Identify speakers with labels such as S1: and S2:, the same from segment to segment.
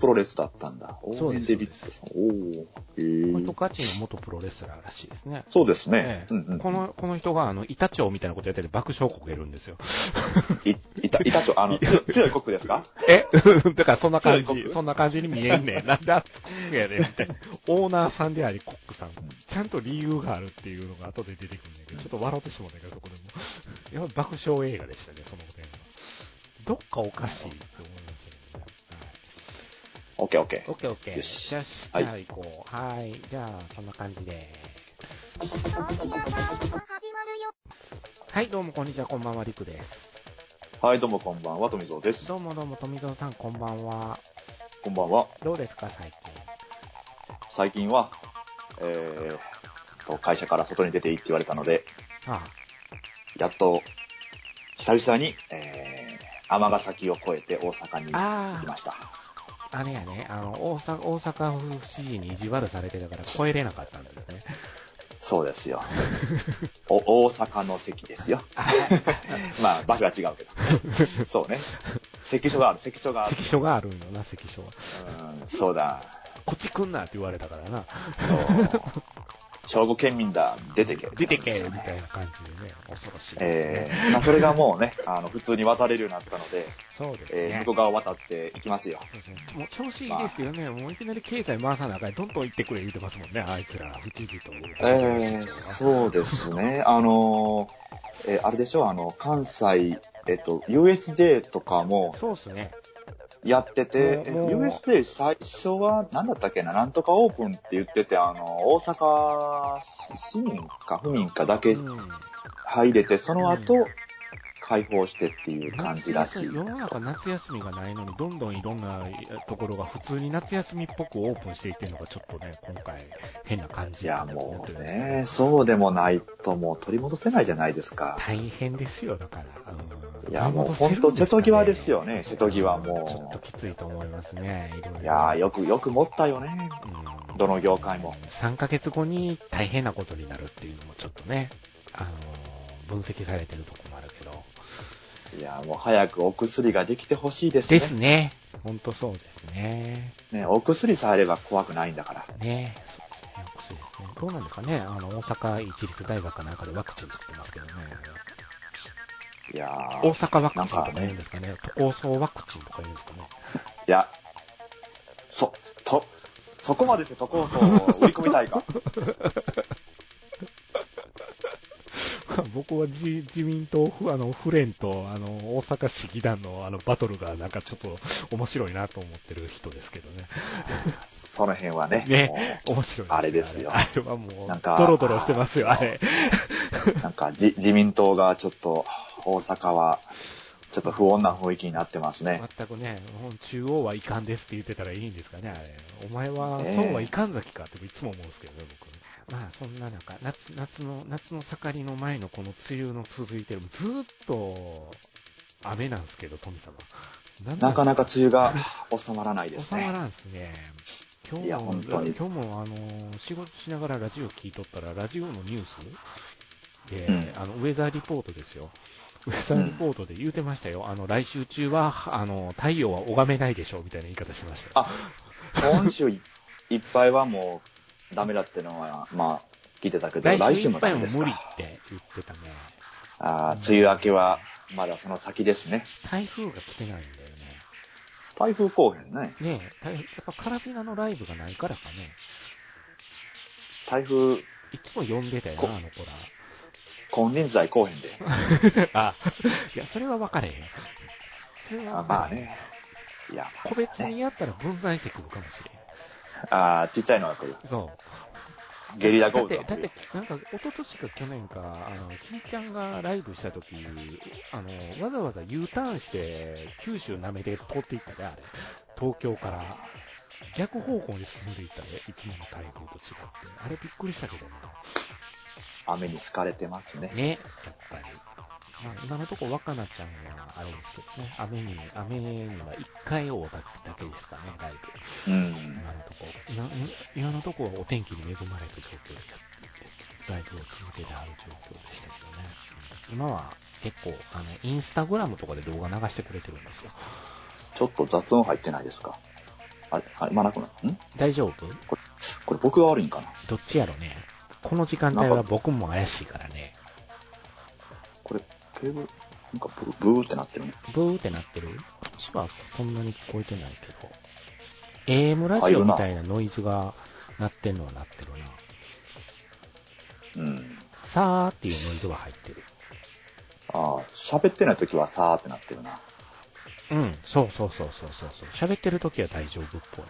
S1: プロレスだったんだ。
S2: そうです
S1: デビッドさん。おーへ
S2: この人、
S1: ー
S2: ガチの元プロレスラーらしいですね。
S1: そうですね
S2: え。
S1: う
S2: え
S1: んうん
S2: この、この人が、あの、板長みたいなことやってて爆笑国いるんですよ。
S1: い、い た、いたちょ、あの、つ強い国ですか
S2: え だからそんな感
S1: そういう
S2: じ
S1: こ、と
S2: そんな感じに見えん ねん。なんで熱くんやねん、みたいな。オーナーさんであり、コックさん。ちゃんと理由があるっていうのが後で出てくるんだけど、ちょっと笑ってしまうんだけど、そこでも。やっぱ爆笑映画でしたね、その点は。どっかおかしいって思いますよね。
S1: オッケーオッケ
S2: オッケーオッケ
S1: よ
S2: ー。
S1: し
S2: じゃあ、しじゃあ行こう。はい。じゃあ、そんな感じで。はい、どうもこんにちは、こんばんは、りくです。
S1: ー。はい、どうもこんばんは、富蔵です。
S2: どうもどうも、富蔵さん、こんばんは。
S1: こんばんは。
S2: どうですか、最近。
S1: 最近は、えー、と、会社から外に出ていいって言われたので、
S2: あ
S1: やっと、久々に、えー、尼崎を越えて大阪に行
S2: あ、
S1: き
S2: あ
S1: ました。
S2: あ、あれやね、あの、大阪、大阪府知事に意地悪されてたから超えれなかったんですね。
S1: そうです よ。お、大阪の席ですよ。まあ、場所は違うけど。そうね。関所がある、関所がある
S2: 関。所があるんよな、関所は。
S1: うん、そうだ。
S2: こっち来んなって言われたからな。
S1: そう。兵庫県民だ、出てけ。
S2: 出てけみたいな感じでね、恐ろしいですね。
S1: えー、まあ、それがもうね、あの、普通に渡れるようになったので、
S2: そうです
S1: えー、
S2: ね
S1: 向こ。う側を渡っていきますよ。
S2: そうですねもう調子いいですよね、もういきなり経済回さなあかん、どんどん行ってくれ言うてますもんね、あいつら、府知事と。
S1: えー、そうですね。あのー、えーあれでしょ、あの、関西、えっと、USJ とかも
S2: そうっすね。
S1: やってて、え
S2: もうもう
S1: USJ 最初は何だったっけな、なんとかオープンって言ってて、あの、大阪市民か府民かだけ
S2: うん
S1: 入れて、その
S2: う
S1: 後
S2: ん、
S1: 開放してっていう感じらしい
S2: 夏休。み世の中夏休みがないのに、どんどんいろんなところが普通に夏休みっぽくオープンしていってるのがちょっとね、今回変な感
S1: い
S2: じ
S1: や、
S2: になって
S1: も
S2: るん
S1: う
S2: ですけ
S1: ね、そうでもないともう取り戻せないじゃないです
S2: ど
S1: か。
S2: 大変ですよ、だから。うん
S1: いやもう
S2: 取り戻せるんですかね
S1: ほんと瀬戸際ですよね瀬戸際もう
S2: ちょっときついと思いますね、いろいろ。
S1: いやー、よく、よく持ったよね。
S2: うん
S1: どの業界も。
S2: 3ヶ月後に大変なことになるっていうのもちょっとね、あのー分析されてるとこもあるけど。
S1: いや、もう早くお薬ができてほしいですね。
S2: ですね。ほんとそうですね。
S1: ね。お薬さえあれば怖くないんだから。
S2: ねそうですね。お薬ですね。どうなんですかねあの、大阪一律大学かなんかでワクチン作ってますけどね。
S1: いやー
S2: 大阪ワクチンと
S1: なん
S2: か
S1: か
S2: 言うんですかね都構想ワクチンとか言うんですかね
S1: いや、そ、と、そこまでして都構想を売り込みたいか。
S2: 僕は自自民党、ふあの、フレンと、あの、大阪市議団のあの、バトルがなんかちょっと面白いなと思ってる人ですけどね。
S1: その辺はね、
S2: ね、面白い、
S1: あれですよ
S2: あれあれはも
S1: なん
S2: う、
S1: か
S2: ドロドロしてますよ、あれ。
S1: もうなんかじ自民党がちょっと、大阪は、ちょっと不穏な雰囲気になってますね。
S2: 全くね、もう中央はいかんですって言ってたらいいんですかね、あれ。お前は、
S1: ねえ
S2: そうはいかんざきかっていつも思うんですけどね、僕ね。まあ、そんな中、夏、夏の、夏の盛りの前のこの梅雨の続いてる、ずーっと、雨なんですけど、富様。なん
S1: なかなか
S2: で
S1: 梅雨が収まらないですす
S2: か収ま
S1: ね。
S2: らんすね。今日
S1: いや
S2: も、
S1: 本当
S2: 今
S1: に
S2: 日も、あのー、仕事しながらラジオ聞いとったら、ラジオのニュースで、
S1: うん
S2: あの、ウェザーリポートですよ。ウェザーリポートで言うてましたよ。あの、来週中は、あの、太陽は拝めないでしょう、みたいな言い方しましたよ。
S1: あ、今週い いっぱいはもう、ダメだってのは、まあ、聞いてたけど、来週
S2: 来週い
S1: も
S2: っぱ
S1: ダ
S2: い
S1: メ
S2: も
S1: です
S2: 無理っ
S1: か。
S2: て言ってたね。
S1: あー梅雨明けは、まだその先ですね。
S2: 台風が来てないんだよ
S1: 台風後編ね。
S2: ね。ねえ、台やっぱカラビナのライブがないからかね。
S1: 台風、
S2: いつも呼んでたよ
S1: こ
S2: な、あの子
S1: 金輪際後編で。
S2: ら。あ、いや、それは分かれへん。それは
S1: あ
S2: 分
S1: ま
S2: か
S1: あ
S2: れへん。
S1: ね。いや、
S2: 個別にやったら分散してくるかもしれん。
S1: ああ、ちっちゃいのが来る。
S2: そう。
S1: ゲリラ豪雨
S2: だっ
S1: が
S2: て、だ
S1: 来
S2: っ
S1: る
S2: て。、なんか、一昨年か去年か、あの、金ちゃんがライブした時、あの、わざわざ U ターンして、九州なめで通っていったで、あれ。東京から、逆方向に進んでいったで、いつもの台風と違って。あれびっくりしたけどな。
S1: 雨に疲れてますね。
S2: ね、やっぱり。まあ、今のところ若菜ちゃんは、あれですけどね、雨に、雨には一回会うただけですかね、ライブ。
S1: うん。
S2: 今のとこ、今今のとこはお天気に恵まれた状況で、ライブを続けてある状況でしたけどね。うん今は結構、あの、インスタグラムとかで動画流してくれてるんですよ。
S1: ちょっと雑音入ってないですかあれ、あれ、まあ、なくなる。ん
S2: 大丈夫
S1: これ僕が悪いんかな
S2: どっちやろね。この時間帯は僕も怪しいからね。
S1: これ、ケーブル、なんかブーブーってなってるね。
S2: ブーってなってる。こっちはそんなに聞こえてないけど。AM ラジオみたいなノイズが鳴ってんのは鳴ってるな。
S1: うん。
S2: さーっていうノイズは入ってる。
S1: ああ、喋ってない時はさーってなってるな。
S2: うん、そうそうそうそうそうそう。喋ってる時は大丈夫っぽい。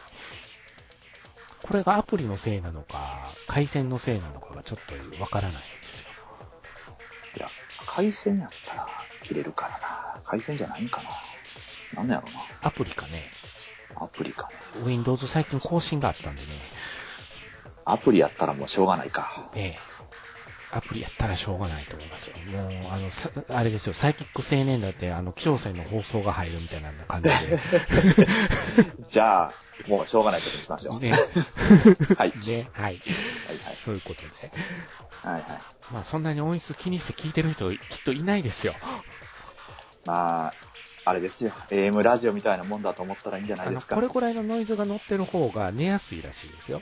S2: これがアプリのせいなのか、回線のせいなのかがちょっとわからないんですよ。
S1: いや、回線やったら切れるからな。回線じゃないんかな。なんなんやろ
S2: アプリかね。
S1: うな。アプリかね。
S2: Windows 最近更新があったんでね。
S1: アプリやったらもうしょうがないか。
S2: ええ。アプリやったらしょうがないと思いますよ。もう、あの、さあれですよ、サイキック青年だって、あの、気象線の放送が入るみたいな感じで。
S1: じゃあ、もうしょうがないことにしましょう。
S2: ね。
S1: はい。
S2: ね、はい。
S1: はいはい。
S2: そういうことで。
S1: はいはい。
S2: まあ、そんなに音質気にして聞いてる人、きっといないですよ。
S1: まあ、あれですよ。AM ラジオみたいなもんだと思ったらいいんじゃない
S2: あ
S1: で
S2: の、
S1: すか。
S2: これぐらいのノイズが乗ってる方が寝やすいらしいですよ。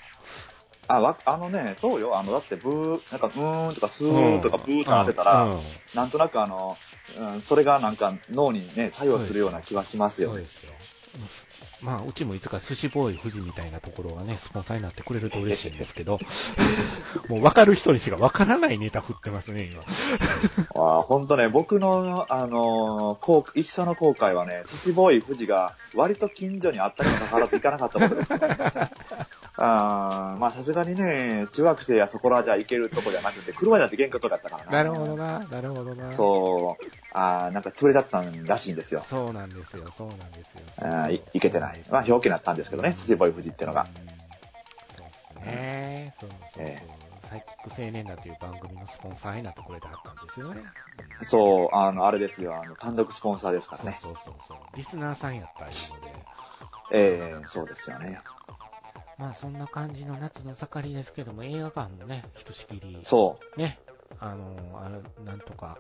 S1: あ、わ、あのね、そうよ。あの、だってブー、なんかうーんとかスーとかブーってなってたら、
S2: うんうん
S1: なんとなくあの、うん、それがなんか脳にね、作用するような気はします
S2: そ
S1: よ
S2: う
S1: ね
S2: で。すよ。まあ、うちもいつか寿司ボーイ富士みたいなところがね、スポンサーになってくれると嬉しいんで すけど、もう分かる人にしか分からないネタ振ってますね、今。
S1: ああ、ほんとね、僕の、あのー後一緒の後悔はね、寿司ボーイ富士が割と近所にあったにもかかわらず行かなかったこと です。あーまあさすがにね、中学生やそこらじゃ行けるとこじゃなくて、車じゃって限界とかだったから
S2: なるほどな、なるほどな。
S1: そう、あーなんか連れだったらしいんですよ。
S2: そうなんですよ、そうなんですよ。
S1: あーい行けてない。まあ表記になったんですけどね、寿司ボーイ富士ってのが。
S2: うんそうですね。そうそうそう。
S1: え
S2: サイキック青年だという番組のスポンサーになってくれてはったんですよね。
S1: そう、あの、あれですよ、あの、単独スポンサーですから
S2: そう
S1: ね。
S2: そうそうそう。リスナーさんやったらいいので。
S1: ええそうですよね。
S2: まあそんな感じの夏の盛りですけども、映画館もね、ひとしきり、
S1: そ
S2: ね、あの、あれ、なんとか、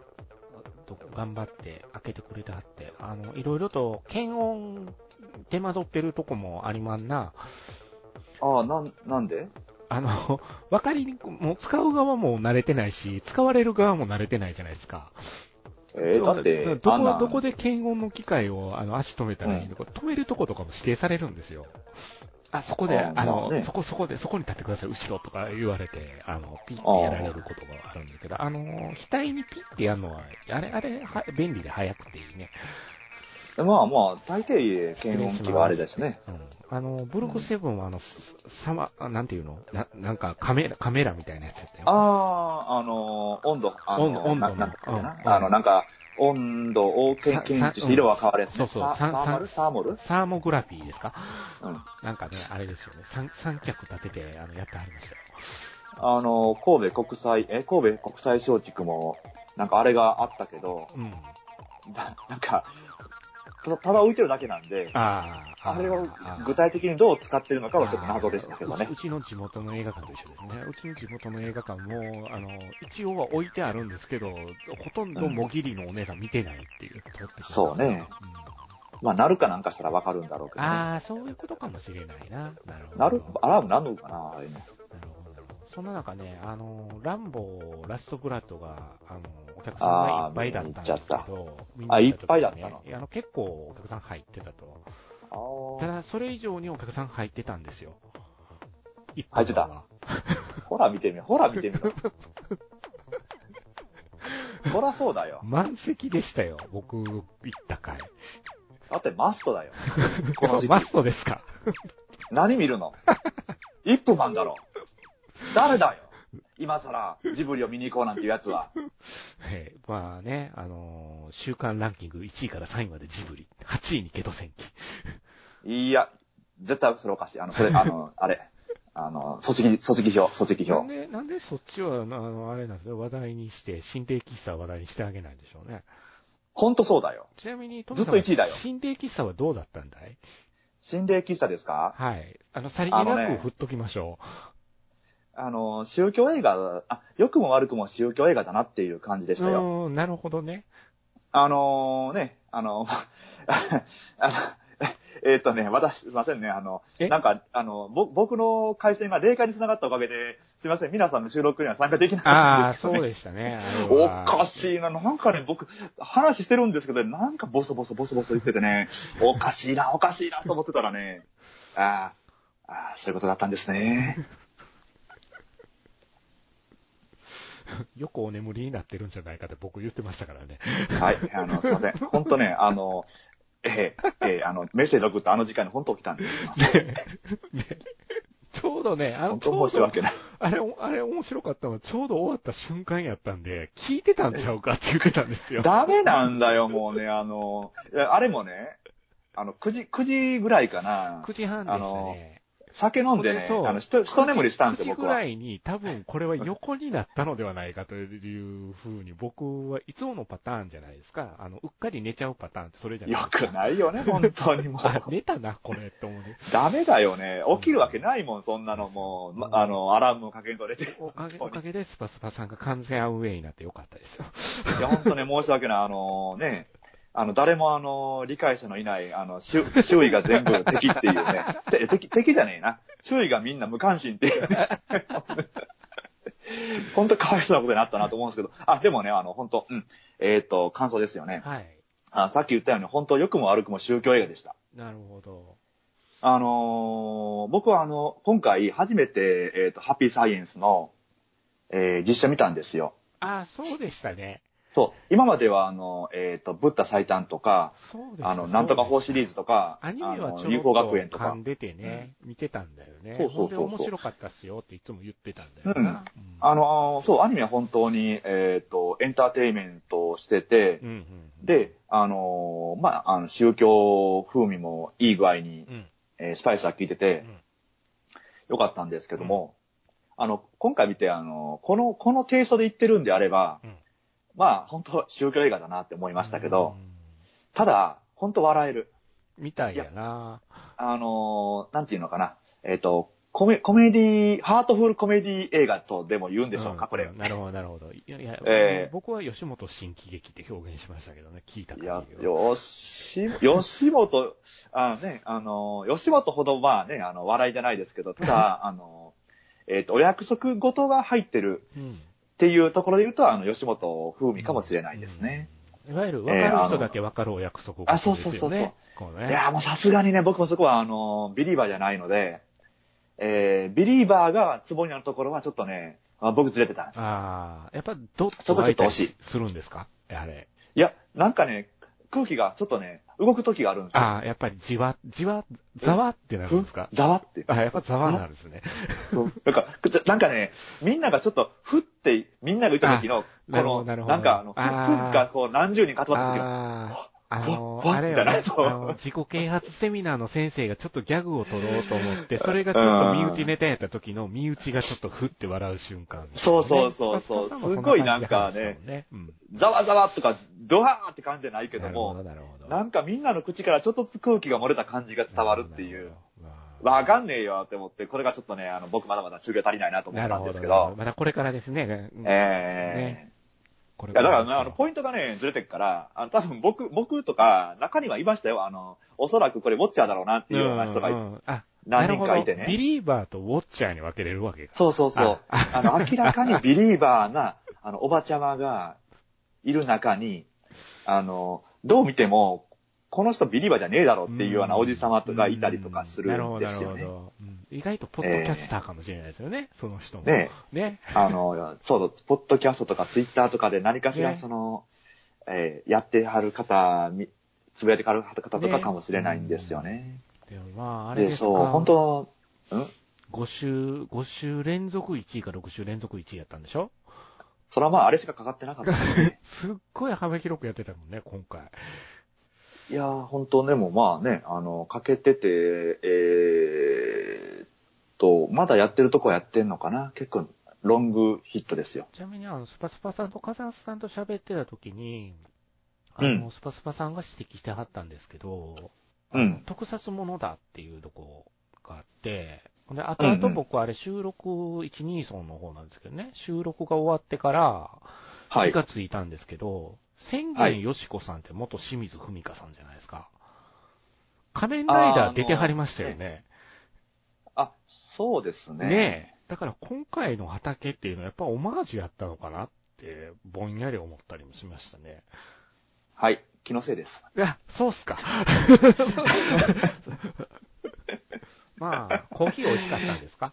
S2: ど頑張って開けてくれてはって、あの、いろいろと検温手間取ってるとこもありまんな。
S1: う。ああ、なん、なんで
S2: あの、わかりにく、もう使う側も慣れてないし、使われる側も慣れてないじゃないですか。
S1: えーだって、
S2: ど
S1: あんな
S2: こ、
S1: ん
S2: どこで検温の機械を、あの、足止めたらいいのか、止めるとことかも指定されるんですよ。あ、そこで、
S1: あ
S2: あ
S1: ーま
S2: の、
S1: あね
S2: そこそこで、そこに立ってください、後ろとか言われて、あの、ピッてやられることがあるんだけど、あの、額にピッてやるのは、あれ、あれ、は便利で早くていいね。
S1: まあまあ、大抵、検温器はあれですね。
S2: うん。あの、ブルクセブンは、あの、すさま、あなんていうのな、なんかカメラ、カメラみたいなやつやったよ。
S1: ああ、あのー、温度、あのー
S2: 温度温度
S1: な
S2: の
S1: なんだっけな
S2: うん
S1: あの、なんか、温度を
S2: さ
S1: 検知して色は変わるやつね。
S2: さそうそ
S1: サ
S2: うさん
S1: サーマル
S2: さ
S1: サーモル
S2: サーモグラフィーですか
S1: うん。
S2: なんかね、あれですよね。三、三脚立てて、あの、やってはりましたよ。
S1: あのー、神戸国際、え、神戸国際松竹も、なんかあれがあったけど、
S2: うん。
S1: ななんか、たただ浮いてるだけなんで、
S2: ああ。
S1: あれを
S2: あ
S1: 具体的にどう使ってるのかはちょっと謎でしたけど
S2: あ
S1: ね
S2: う。ちうちの地元の映画館と一緒ですね。うちの地元の映画館も、あの、一応は置いてあるんですけど、ほとんどもぎりのお姉さん見てないっていう。撮ってきました
S1: そうね。まあ、なるかなんかしたらわかるんだろうけ
S2: うん
S1: どね。
S2: ああ、そういうことかもしれないな。なるほど。
S1: なる、アラームなんのかなあれね
S2: なるほどなるほど。そんな中ね、あの、ランボー、ラストブラッドが、あの、お客さんがいっぱいだったんですけ
S1: あー
S2: ど、みん
S1: たあ
S2: な行
S1: いっぱい
S2: 時
S1: だっ
S2: にね
S1: たの
S2: いやあの、結構お客さん入ってたと。
S1: あー
S2: ただ、それ以上にお客さん入ってたんですよ。いっ
S1: 入ってた
S2: は
S1: ほら見てみよう、ほら見てみよ う。そらそうだよ。
S2: 満席でしたよ、僕行った回。
S1: だってマスト だよ。この時期
S2: マ。ストですか
S1: 何見るの一分マンだろ。誰だよ。今更ジブリを見に行こうなんていうやつは。
S2: はい。まあね、あのー週間ランキング1位から3位までジブリ、8位にゲド戦記。
S1: いや、絶対それおかしい。あの、それ、あの、あれ。あの、組織、組織表、組織
S2: なん
S1: 表。
S2: で、なんでそっちは、あの、あれなんですよ、話題にして、心霊喫茶は話題にしてあげないんでしょうね。
S1: ほんとそうだよ。
S2: ちなみに、
S1: ずっと一位だよ
S2: 心霊喫茶はどうだったんだい
S1: 心霊喫茶ですか
S2: はい。あの、さりげな
S1: あの
S2: く
S1: ね
S2: 振っときましょ
S1: あの、宗教映画、あ、良くも悪くも宗教映画だなっていう感じでし
S2: う。
S1: たよ。
S2: うーん、なるほどね。
S1: あのね、あの、あの、えーっとね、まだすいませんね、あの、
S2: え
S1: なんか、あの、ぼ僕の回線が霊界に繋がったおかげで、すいません、皆さんの収録には参加できな
S2: あ
S1: かったん
S2: あ、
S1: ですけ
S2: そ
S1: ど
S2: う
S1: ね。
S2: でしたね。
S1: おか
S2: い。
S1: しいな。なんかね、僕、話してるんですけど、なんかボソボソボソボソ言っててね、おかしいな、おかしいなと思ってたらね、ああ、ああ、そういうことだったんですね。
S2: よくお眠りになってるんじゃないかって僕言ってましたからね。
S1: はい、あの、すいません。本当ね、あの、ええ、ええ、あの、メッセージ送ったあの時間に本当起きたんです。
S2: ねねちょうどね、あの、
S1: 本
S2: ちょ
S1: 当
S2: う
S1: 申し
S2: ど、
S1: 訳ない。
S2: あれ、あれ面白かったのは、ちょうど終わった瞬間やったんで、聞いてたんちゃうかって言ってたんで すよ。
S1: ダメなんだよ、もうね、あの、いやあれもね、あの、9時、9時ぐらいかな
S2: 9、時半でしたね。
S1: 酒飲んでね、
S2: そう
S1: あの、ひと、ひと眠りしたんですよ、
S2: 9
S1: 僕
S2: 時ぐら
S1: は。
S2: いに多分これは横になったのではないかというふうに僕はいつものパターンじゃないですか。あの、うっかり寝ちゃうパターンってそれじゃない
S1: よ
S2: ですか。
S1: くないよね、本当にも
S2: あ、
S1: う。
S2: 寝たな、これって思う ね。
S1: ダメだよね。起きるわけないもん、そんなのもう、まあの、アラームをかけんと出て。
S2: おかげ、お
S1: 本当
S2: か
S1: に
S2: げでスパスパさんが完全アウェイになってよかった ですよ。
S1: いや、本当ね、申し訳ない。あのね、あの、誰もあの、理解者のいない、あの、周周囲が全部敵っていうね。 て敵、敵じゃねえな。周囲がみんな無関心っていうね。 本当かわいそうなことになったなと思うんですけど。あ、でもね、あの、本当うん。えっ、と、感想ですよね。
S2: はい。
S1: あさっき言ったように、本当良くも悪くも宗教映画でした。
S2: なるほど。
S1: あのー僕はあの、今回初めて、えっ、と、ハッピーサイエンスの、えー実写見たんですよ。
S2: あ、そうでしたね。
S1: そう。今まではあの、えっ、と、ブッダ最短とか、
S2: そうでした。
S1: あの、なんとか法シリーズとか、
S2: アニメはち
S1: あの
S2: ょっ
S1: UFO 学園と
S2: と噛
S1: か
S2: ん。でてね、見てたんだよね。
S1: そうそうそうそう
S2: ほんで面白かったっすよっていつも言ってたんだよな。うん
S1: あ、の、そう、アニメは本当に、えっ、と、エンターテインメントをしてて
S2: うん、うんうん、
S1: で、あの、まあ、あの、宗教風味もいい具合に
S2: う、ん、
S1: えースパイスが効いて
S2: う
S1: て、
S2: ん。
S1: よかったんですけども、あの、今回見て、あの、この、このテイストで言ってるんであれば、
S2: うん
S1: まあ、本当宗教映画だなって思いましたけど、
S2: うん、
S1: ただ、本当笑える。
S2: みたいやな。
S1: あのーなんていうのかな。えっ、と、コメ、コメディ、ハートフルコメディ映画とでも言うんでしょうか、
S2: ん
S1: これ
S2: ん。なるほど、なるほど。いや、いや
S1: ええ
S2: 僕は吉本新喜劇って表現しましたけどね、聞いた
S1: いや
S2: 感じ、は
S1: よし、吉本、あね、あのー、吉本ほどはね、あの、笑いじゃないですけど、た だ、あのー、えっ、と、お約束事が入ってる
S2: うん。
S1: っていうところで言うと、あの、吉本風味かもしれないですね。
S2: うん。いわゆる、分かる人だけ分かるお約束を、
S1: あそうそうそうそう
S2: こう
S1: い
S2: ね。
S1: やーもうさすがにね、僕もそこは、あのー、ビリーバーじゃないので、えー、ビリーバーがツボになるところはちょっとね、あ僕ずれてたんです。
S2: ああ、やっぱ、どっ
S1: そこちょっと惜しい
S2: するんですかあれ。
S1: いや、なんかね、空気がちょっとね、動く時があるんですよ。
S2: ああ、やっぱりじわ、じわ、ざわってなるんですか
S1: ざわって。
S2: あやっぱざわになるんですね。
S1: そうなんか、ちょなんかね、みんながちょっと、ふって、みんながいた時の、こ
S2: なるほど
S1: の、
S2: なるほど
S1: なんかあの、ふ
S2: あー
S1: ふがこう何十人か集まった時の、
S2: ああ、あの
S1: ふ
S2: ー、
S1: わ
S2: あれ
S1: みた
S2: よ
S1: いな
S2: ね、あ
S1: そう
S2: の、自己啓発セミナーの先生がちょっとギャグを取ろうと思って、それがちょっと身内ネタやった時の身内がちょっとふって笑う瞬間、
S1: そうそうそうそう
S2: ね
S1: すごいなんかね。
S2: うん。
S1: ざわざわとか、ドワーって感じじゃないけど
S2: なるほど、
S1: も、
S2: なるほど。
S1: なんかみんなの口からちょっとずつ空気が漏れた感じが伝わるっていう。わ
S2: わ
S1: かんねえよって思って、これがちょっとね、あの、僕まだまだ修行足りないなと思っ
S2: なる
S1: たん
S2: ほ
S1: で
S2: ど。
S1: す
S2: な
S1: け
S2: る
S1: ど
S2: ほ、どまだこれからですね。うん
S1: ええ
S2: これ
S1: いや、だからね、
S2: ね、
S1: あの、ポイントがね、ずれてるから、あの、多分僕、僕とか、中にはいましたよ。あの、おそらくこれ、ウォッチャーだろうなっていうような人が、
S2: うんうんあ、
S1: 何人かいて
S2: なるほど
S1: ね。
S2: ビリーバーとウォッチャーに分けれるわけか。
S1: そうそうそう。
S2: あ
S1: あ の、明らかにビリーバーな、あの、おばちゃまがいる中に、あの、どう見ても、この人ビリーバーじゃねえだろうっていうようなおじさまとかいたりとかするんですよ
S2: なるほど、なる
S1: ね。
S2: ほど。うん意外とポッドキャスターかもしれないですよね、その人も。
S1: ね
S2: ね。
S1: あの、そう、ポッドキャストとかツイッターとかで何かしら
S2: ね
S1: その、えーやってはる方、みつぶやいてはる方とかかもしれないんですよね。
S2: でもまあ、あれで
S1: で、
S2: すか。
S1: そう、本当ん
S2: 5週、五週連続1位か6週連続1位やったんでしょ
S1: それはまあ、あれしかかかってなかったん で。
S2: すっごい幅広くやってたもんね、今回。
S1: いやー、本当でもまあね、あの、かけてて、えーっと、まだやってるとこはやってんのかな結構、ロングヒットですよ。
S2: ちなみに、あの、スパスパさんとカザンスさんと喋ってた時に、あの、
S1: うん
S2: スパスパさんが指摘してはったんですけど、
S1: うん。
S2: 特撮ものだっていうとこがあって、ほんで、あ
S1: う
S2: と
S1: んう
S2: あ
S1: ん
S2: と僕あれ収録1、2層の方なんですけどね、収録が終わってから
S1: は
S2: 気
S1: い。
S2: がついたんですけど、千
S1: は
S2: 元
S1: い
S2: よしこさんって元清水文香さんじゃないですか。仮面ライダー出てはりましたよね。
S1: あ、そうですね。
S2: ねえ。だから今回の畑っていうのはやっぱオマージュやったのかなって、ぼんやり思ったりもしましたね。
S1: はい。気のせいです。
S2: いや、そうっすか。 まあ、コーヒー美味しかったんですか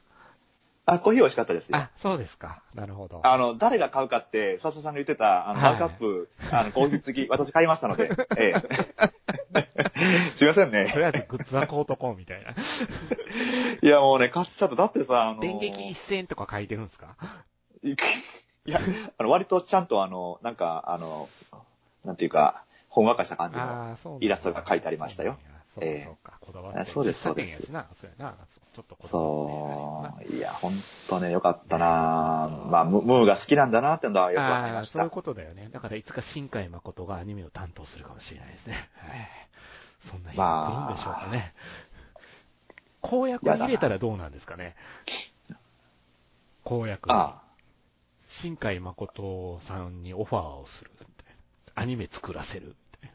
S1: あ、コーヒー美味しかったですよ。
S2: あ、そうですか。なるほど。
S1: あの、誰が買うかって、笹さんが言ってた、あの、
S2: は
S1: マー
S2: い
S1: クアップ、あの、コーヒー付き、私買いましたので、 ええ。すいませんね
S2: と。りあえずグッズは買うとこうみた いな。
S1: いや、もうね、買っちゃった。だってさ、あの、
S2: 電撃1000とか書いてるんですか
S1: いや、あの、割とちゃんとあの、なんか、あの、なんていうか、ほんわかした感じの。
S2: ああ、そうなんだ
S1: イラストが書いてありましたよ。
S2: そうなんや
S1: ええ
S2: そうか、そうか。こだわってる。
S1: あそうですそうです
S2: 喫茶店やしな、そうやな。そうちょっとこだわってるやな
S1: そう、いや、ほんとね、よかったなまあ、ムムーが好きなんだなってのはよくわかり
S2: ああ
S1: ま
S2: ー、
S1: し
S2: そういう
S1: た。
S2: ことだよね。だからいつか新海誠がアニメを担当するかもしれないですね。はいそんな日が来るんでしょうかね。公約に入れたらどうなんですかね。公約に。
S1: あ
S2: 新海誠さんにオファーをするみたいな。アニメ作らせるみたい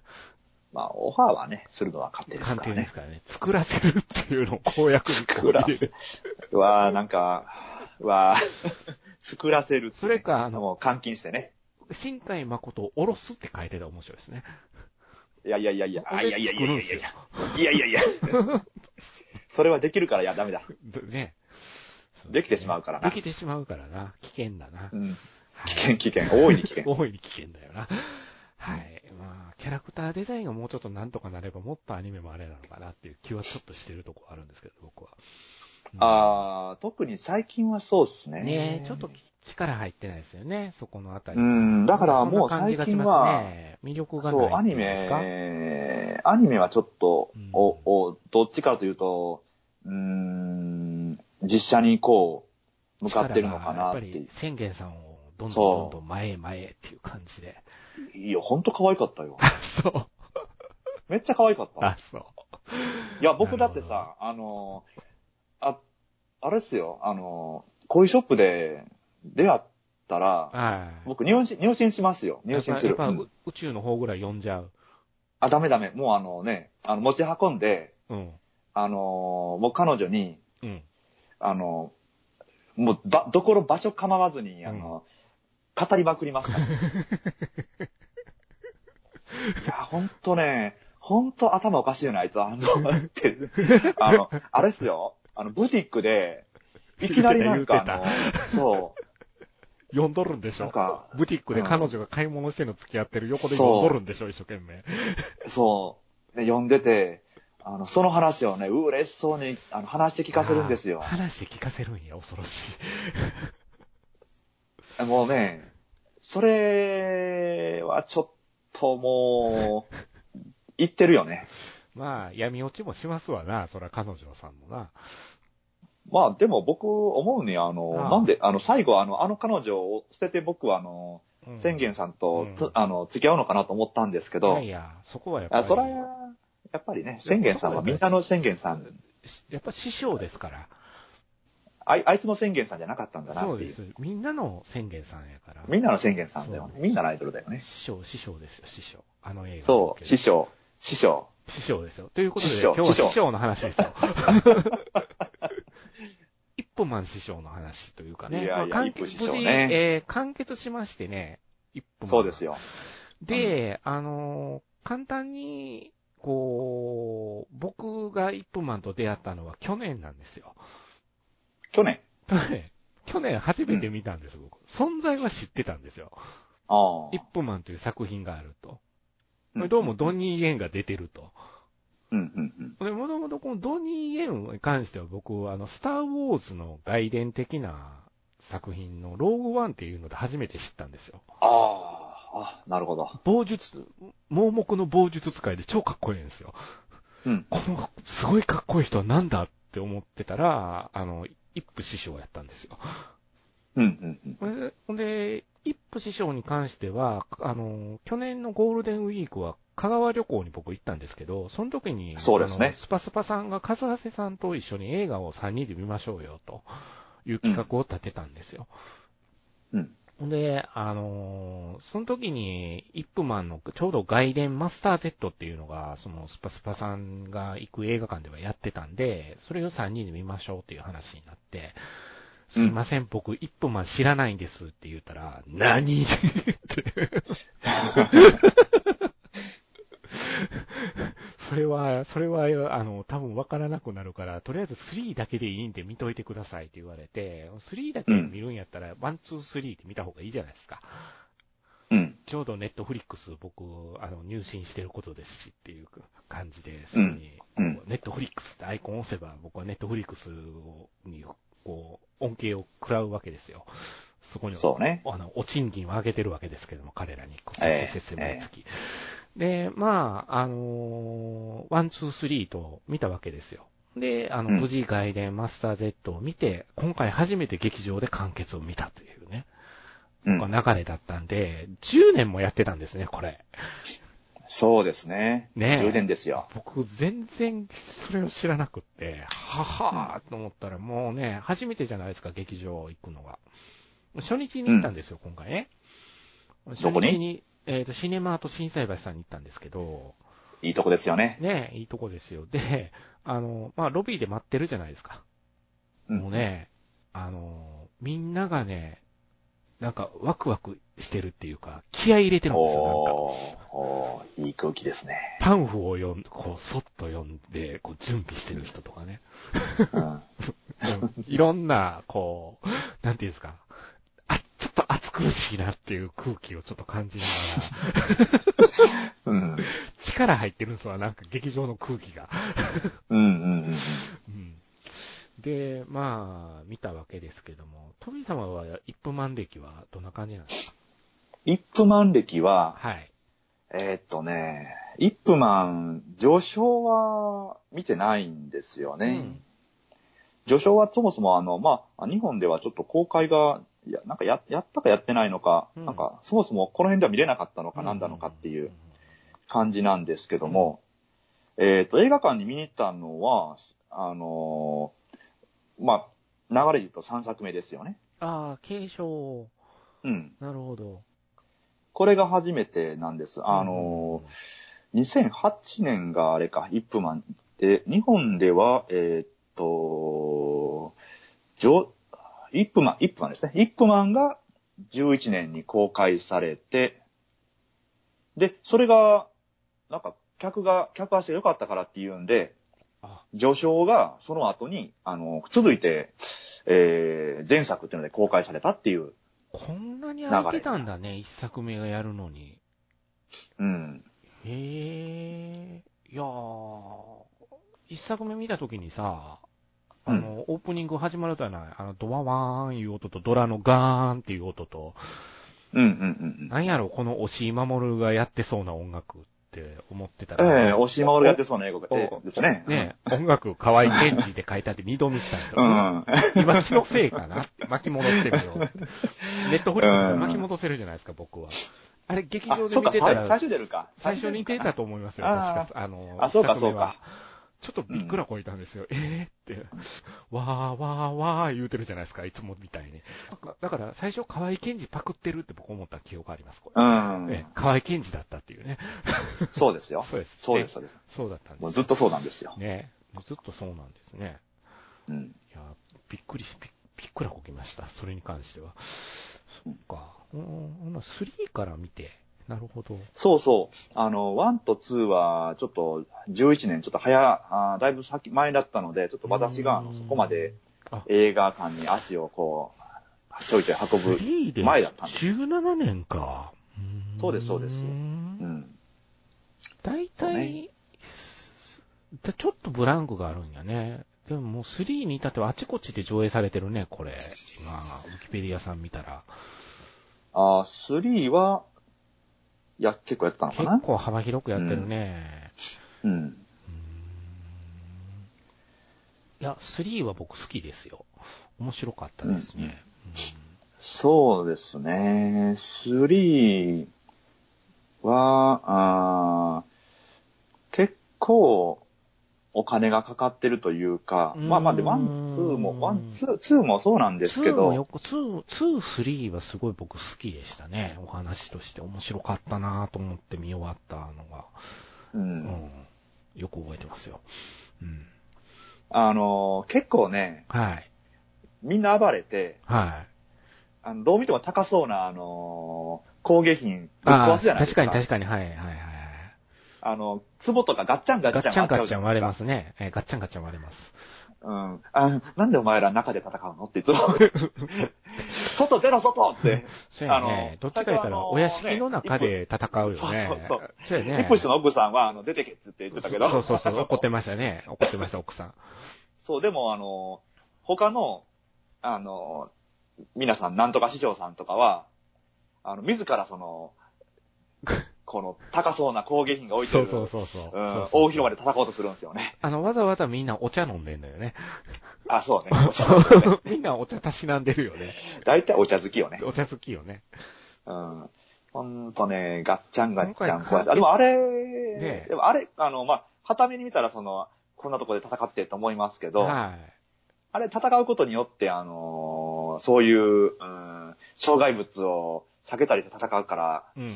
S1: まあ、オファーはね、するのは勝手
S2: な。
S1: です
S2: 関
S1: から
S2: 係で
S1: ね
S2: す。からね。作らせるっていうのを公約にこ
S1: 作
S2: う入れる
S1: らせうわあなんか、うわあ作らせる、
S2: それ、か、あの、
S1: もう監禁してね。
S2: 新海誠を下ろすって書いてたら面白いですね。
S1: いやいやいやいや、あいやいやいやいやいやいや
S2: こ。
S1: いやいやい や。それはできるから、いや、ダメだ。
S2: でね。
S1: できてしまうからな
S2: できてしまうからな。危険だな
S1: う。ん。
S2: はい
S1: 危険、危険。大いに危険。
S2: 大いに危険だよな。はい。まあ、キャラクターデザインがもうちょっとなんとかなれば、もっとアニメもあれなのかなっていう気はちょっとしてるとこあるんですけど、僕は。うん
S1: ああ、特に最近はそうですね。
S2: ねえ、ちょっと力入ってないですよね、そこのあたり。
S1: うん、だからもう
S2: そんな感
S1: 最
S2: じがし
S1: 近
S2: ます
S1: は、
S2: ね、魅力がない
S1: そう、ア
S2: って
S1: ニ
S2: いうんですか
S1: メ、アニメはちょっと、
S2: うん
S1: お、お、どっちかというと、うーん、実写にこう、向かってるのかなって
S2: 力がやっぱ
S1: い
S2: り、宣言さんをどんど
S1: そうん
S2: どんどん前へ前へっていう感じ で。
S1: う。いや、ほんと可愛かったよ。
S2: あ、そう。
S1: めっちゃ可愛かった。
S2: あ、そう。
S1: いや、僕だってさ、あの、あ、あれっすよ、あの、コーヒーショップで出会ったら、
S2: はい。
S1: 僕入信、入信しますよ。入信する。
S2: やっぱやっぱ
S1: うん
S2: う宇宙の方ぐらい呼んじゃう。
S1: あ、ダメダメ。もうあのね、あの、持ち運んで、
S2: うん。
S1: あのーもう彼女に、
S2: うん。
S1: あのーもうば、どころ場所構わずに、あの語りまくり ますから。いや、ほんとね、ほんと頭おかしいよね、あいつは。あの、って、あ の、あれっすよ。あの、ブティックで、いきなりなんか、あ
S2: 言う
S1: の、そう、
S2: 呼んどるんでし
S1: なん
S2: ょ
S1: か、
S2: ブティックで彼女が買い物してんの付き合ってる横で呼んどるんでしょ一生懸命。
S1: そう、ね、呼んでて、あの、その話をね、嬉しそうに、あの、話して聞かせるん ですよ
S2: あー。話して聞かせるんや、恐ろしい。
S1: もうね、それはちょっともう、 言ってるよね。
S2: まあ、闇落ちもしますわな、そら彼女さんもな。
S1: まあでも僕思うに、あの、
S2: ああ
S1: なんで、あの、最後あの、あの彼女を捨てて僕はあの、
S2: うん
S1: 宣言さんと、
S2: うん
S1: つあの、付き合うのかなと思ったんですけ
S2: い
S1: ど、
S2: やいや、そこはやっぱり。
S1: あそれは、やっぱりね、宣言さんはみんなの宣言さん、
S2: しやっぱ師匠ですから。
S1: あいあいつの宣言さんじゃなかったんだな
S2: そう
S1: って
S2: で
S1: いう。
S2: す。みんなの宣言さんやから。
S1: みんなの宣言さんだよ
S2: そ
S1: ね。
S2: う
S1: みんなのアイドルだよね。
S2: 師匠、師匠ですよ、師匠。あの映画。
S1: そう、師。匠、師匠。
S2: 師匠ですよ。ということで、
S1: 師
S2: 今
S1: 匠
S2: 日は
S1: 師匠
S2: 師匠の話ですよ。 一歩マン師匠の話というかね。
S1: いやいや
S2: まあ完
S1: 一歩師
S2: 結
S1: 匠ね
S2: 無事えー完結しましてね、一歩マン
S1: そうですよ。
S2: で、あのー簡単に、こう、僕が一分マンと出会ったのは去年なんですよ。
S1: 去年。
S2: 去年、去年初めて見たんです、僕。存在は知ってたんですよ。
S1: あ
S2: 一分マンという作品があると。
S1: あ。
S2: どうもドニー・イエンが出てると。
S1: うんうんうん。
S2: で、もともとこのドニー・イエンに関しては僕は、あの、スター・ウォーズの外伝的な作品のローグ・ワンっていうので初めて知ったんですよ。
S1: ああ、あなるほど。
S2: 棒術、盲目の棒術使いで超かっこいいんですよ。
S1: うん。
S2: この、すごいかっこいい人はなんだって思ってたら、あの、一夫師匠やったんですよ。
S1: うん、うん、うん。
S2: ほんでほんで、一夫師匠に関しては、あの、去年のゴールデンウィークは香川旅行に僕行ったんですけど、その時に、
S1: そうですね
S2: あのスパスパさんが和橋さんと一緒に映画を3人で見ましょうよ、という企画を立てたんですよ。
S1: うん
S2: ほんで、あのーその時に、イップマンのちょうど外伝マスター Z っていうのが、そのスパスパさんが行く映画館ではやってたんで、それを3人で見ましょうっていう話になって、すいません、僕、イップマン知らないんですって言ったら、何って。それは、それは、あの、多分わからなくなるから、とりあえず3だけでいいんで見といてくださいって言われて、3だけ見るんやったら、1、2、3って見た方がいいじゃないですか。
S1: うん。
S2: ちょうどネットフリックス僕、あの、入信してることですしっていう感じで、すぐに、
S1: うん
S2: こうネットフリックスってアイコンを押せば、僕はネットフリックスをに、こう、恩恵を食らうわけですよ。そこに、
S1: そうね。
S2: あの、お賃金を上げてるわけですけども、彼らに、こう、
S1: ええ
S2: せっせ毎月。で、まあ、あのーワン、ツー、スリーと見たわけですよ。で、あの、
S1: うん
S2: 無事外伝マスター Z を見て、今回初めて劇場で完結を見たというね、
S1: うん。
S2: 流れだったんで、10年もやってたんですね、これ。
S1: そうですね。
S2: ねえ
S1: 10年ですよ。
S2: 僕、全然それを知らなくって、ははーと思ったら、もうね、初めてじゃないですか、劇場行くのが。初日に行ったんですよ、今回ね。初
S1: どこに
S2: 日に、えっ、と、シネマート心斎橋さんに行ったんですけど、
S1: いいとこですよね。
S2: ね、いいとこですよ。で、あの、まあ、ロビーで待ってるじゃないですか。
S1: うん
S2: もうね、あの、みんながね、なんかワクワクしてるっていうか、気合い入れてるんですよ、なんか。
S1: おーおーいい空気ですね。
S2: パンフを読ん、こう、そっと読んで、こう、準備してる人とかね。
S1: うん。
S2: うんいろんな、こう、なんていうんですか。あ、ちょっと暑苦しいなっていう空気をちょっと感じながら、
S1: うん。
S2: 力入ってるんですわ、なんか劇場の空気が。
S1: うんうんうん。
S2: うん。で、まあ、見たわけですけども、トミー様は一分満歴はどんな感じなんですか
S1: イップマン歴は、
S2: はい。
S1: えーっとね、イップマン、序章は見てないんですよね。
S2: うん
S1: 序章はそもそもあの、まあ、日本ではちょっと公開が、いやなんかややったかやってないのか、
S2: うん
S1: なんかそもそもこの辺では見れなかったのかなんだのかっていう感じなんですけども、えーっと、映画館に見に行ったのは、あのーまあ、流れで言うと3作目ですよね。
S2: ああ、継承。
S1: うん。
S2: なるほど。
S1: これが初めてなんです。あのー、2008年があれか、イップマンで、日本では、えーっと、ジョ、イップマン、イップマンですね。イップマンが11年に公開されて、で、それが、なんか、客が、客足が良かったからっていうんで
S2: あ、
S1: 序章がその後に、あの、続いて、えー、前作っていうので公開されたっていう、
S2: こんなに空いてたんだね、一作目がやるのに。
S1: うん、
S2: へえ、いやー、一作目見たときにさ、あの、オープニング始まるとはない、あの、ドワワーンいう音と、ドラのガーンっていう音と、
S1: うん、うん、うんうん。
S2: なんやろ、この押井守がやってそうな音楽って思ってたら、
S1: ええ押し守るやってそうな英語が
S2: お
S1: ええですね。
S2: ね、音楽河合健二で書いたって二度見したんです
S1: う
S2: よ。
S1: ん。
S2: 今気のせいかなって巻き戻して るよ。ネットフリックスから巻き戻せるじゃないですか、僕は。あれ、劇
S1: あ
S2: 場、で
S1: そう
S2: 見
S1: か、
S2: て
S1: 最
S2: た
S1: 最
S2: ら、
S1: 初に出るか。
S2: 最初に出たと思いますよ、確
S1: あー
S2: か。あの、
S1: あそうか
S2: 一作目
S1: そ
S2: は
S1: うか。
S2: ちょっとびっくらこいたんですよ。えーって、わーわーわー言うてるじゃないですか、いつもみたいに。だから、最初、河合健二パクってるって僕思った記憶あります、これ。
S1: うん。
S2: ええ河合健二だったっていうね。
S1: そうですよ。
S2: そうです。
S1: そうです、そうです。
S2: ね。そうだったんです
S1: も
S2: よ。
S1: うずっとそうなんですよ。
S2: ね。ずっとそうなんですね。
S1: うん。
S2: いや、びっくりし、びっびっくらこきました。それに関しては。そっか。うん、ほな3から見て。なるほど。
S1: そうそう。あの、1と2は、ちょっと、11年、ちょっと早、あーだいぶ先、前だったので、ちょっと私が、あ
S2: う
S1: の
S2: ん
S1: そこまで
S2: あ
S1: 映画館に足をこう、ちょいちょい運ぶ。
S2: 3で
S1: 前だったんです
S2: 17年か。ん
S1: そうですそうです
S2: ん
S1: うん。
S2: 大
S1: そう
S2: 体
S1: ね、
S2: すだちょっとブランクがあるんやね。でももう3に至ってはあちこちで上映されてるね、これ。今、ウィキペディアさん見たら。
S1: あー3は、いや、結構やったのか
S2: 結
S1: な
S2: 構幅広くやってるね。
S1: うん。
S2: いや、3は僕好きですよ。面白かったですね。
S1: そうですね。3は、あー結構、お金がかかってるというか、まあまあで、ワン、ツーも、ワン、ツー、ツーもそうなんですけ
S2: 2も
S1: ど、
S2: よく、2、2、3はすごい僕好きでしたね。お話として面白かったなと思って見終わったのが、
S1: う。
S2: うんん、よく覚えてますよ。うん。
S1: あの、結構ね、
S2: はい。
S1: みんな暴れて、
S2: はい。
S1: あのどう見ても高そうな、あの、工芸品、ぶっ
S2: あ
S1: 壊
S2: あ、
S1: すじゃないで
S2: 確
S1: す
S2: か
S1: か。
S2: に確かに、はい、はい、はい。はい
S1: あの、壺とかガッチャンガッ
S2: ガ
S1: チャ
S2: ッ
S1: ン。
S2: チャンガッチャン割れますすね。えーガッチャンガッチャン割れます。
S1: うん。あなんでお前ら中で戦うのっていつ も。外出ろ、外って。
S2: そうや
S1: あの
S2: ね。どっちか言った
S1: 先ほどあ
S2: ら、
S1: の
S2: お屋敷の中で戦うよね。
S1: そうそうそう
S2: そうやね。
S1: 一歩下の奥さんは、あの、出てけっつって言ってたけど。
S2: そうそうそう、怒ってましたね。怒ってました、奥さん。
S1: そう、でも、あの、他の、あの、皆さん、なんとか師匠さんとかは、あの、自らその、この高そうな工芸品が置いて
S2: そ
S1: る、
S2: うそうそうそう。
S1: うん
S2: そうそう
S1: 大広間で戦おうとするんですよね。
S2: あの、わざわざみんなお茶飲んでんのよね。
S1: あ、 そうね。
S2: みんなお茶たしなんでるよね。
S1: 大体お茶好きよね。
S2: お茶好きよね。
S1: うん。ほんとね、ガッチャンガッチャン
S2: 今回
S1: 壊した。でもあれ、
S2: ねえ
S1: でもあれ、あの、まあ、旗目に見たらその、こんなとこで戦ってると思いますけど、
S2: は
S1: あれ戦うことによって、あのーそういう、うん、障害物を避けたりと戦うから、
S2: い。うん。
S1: うん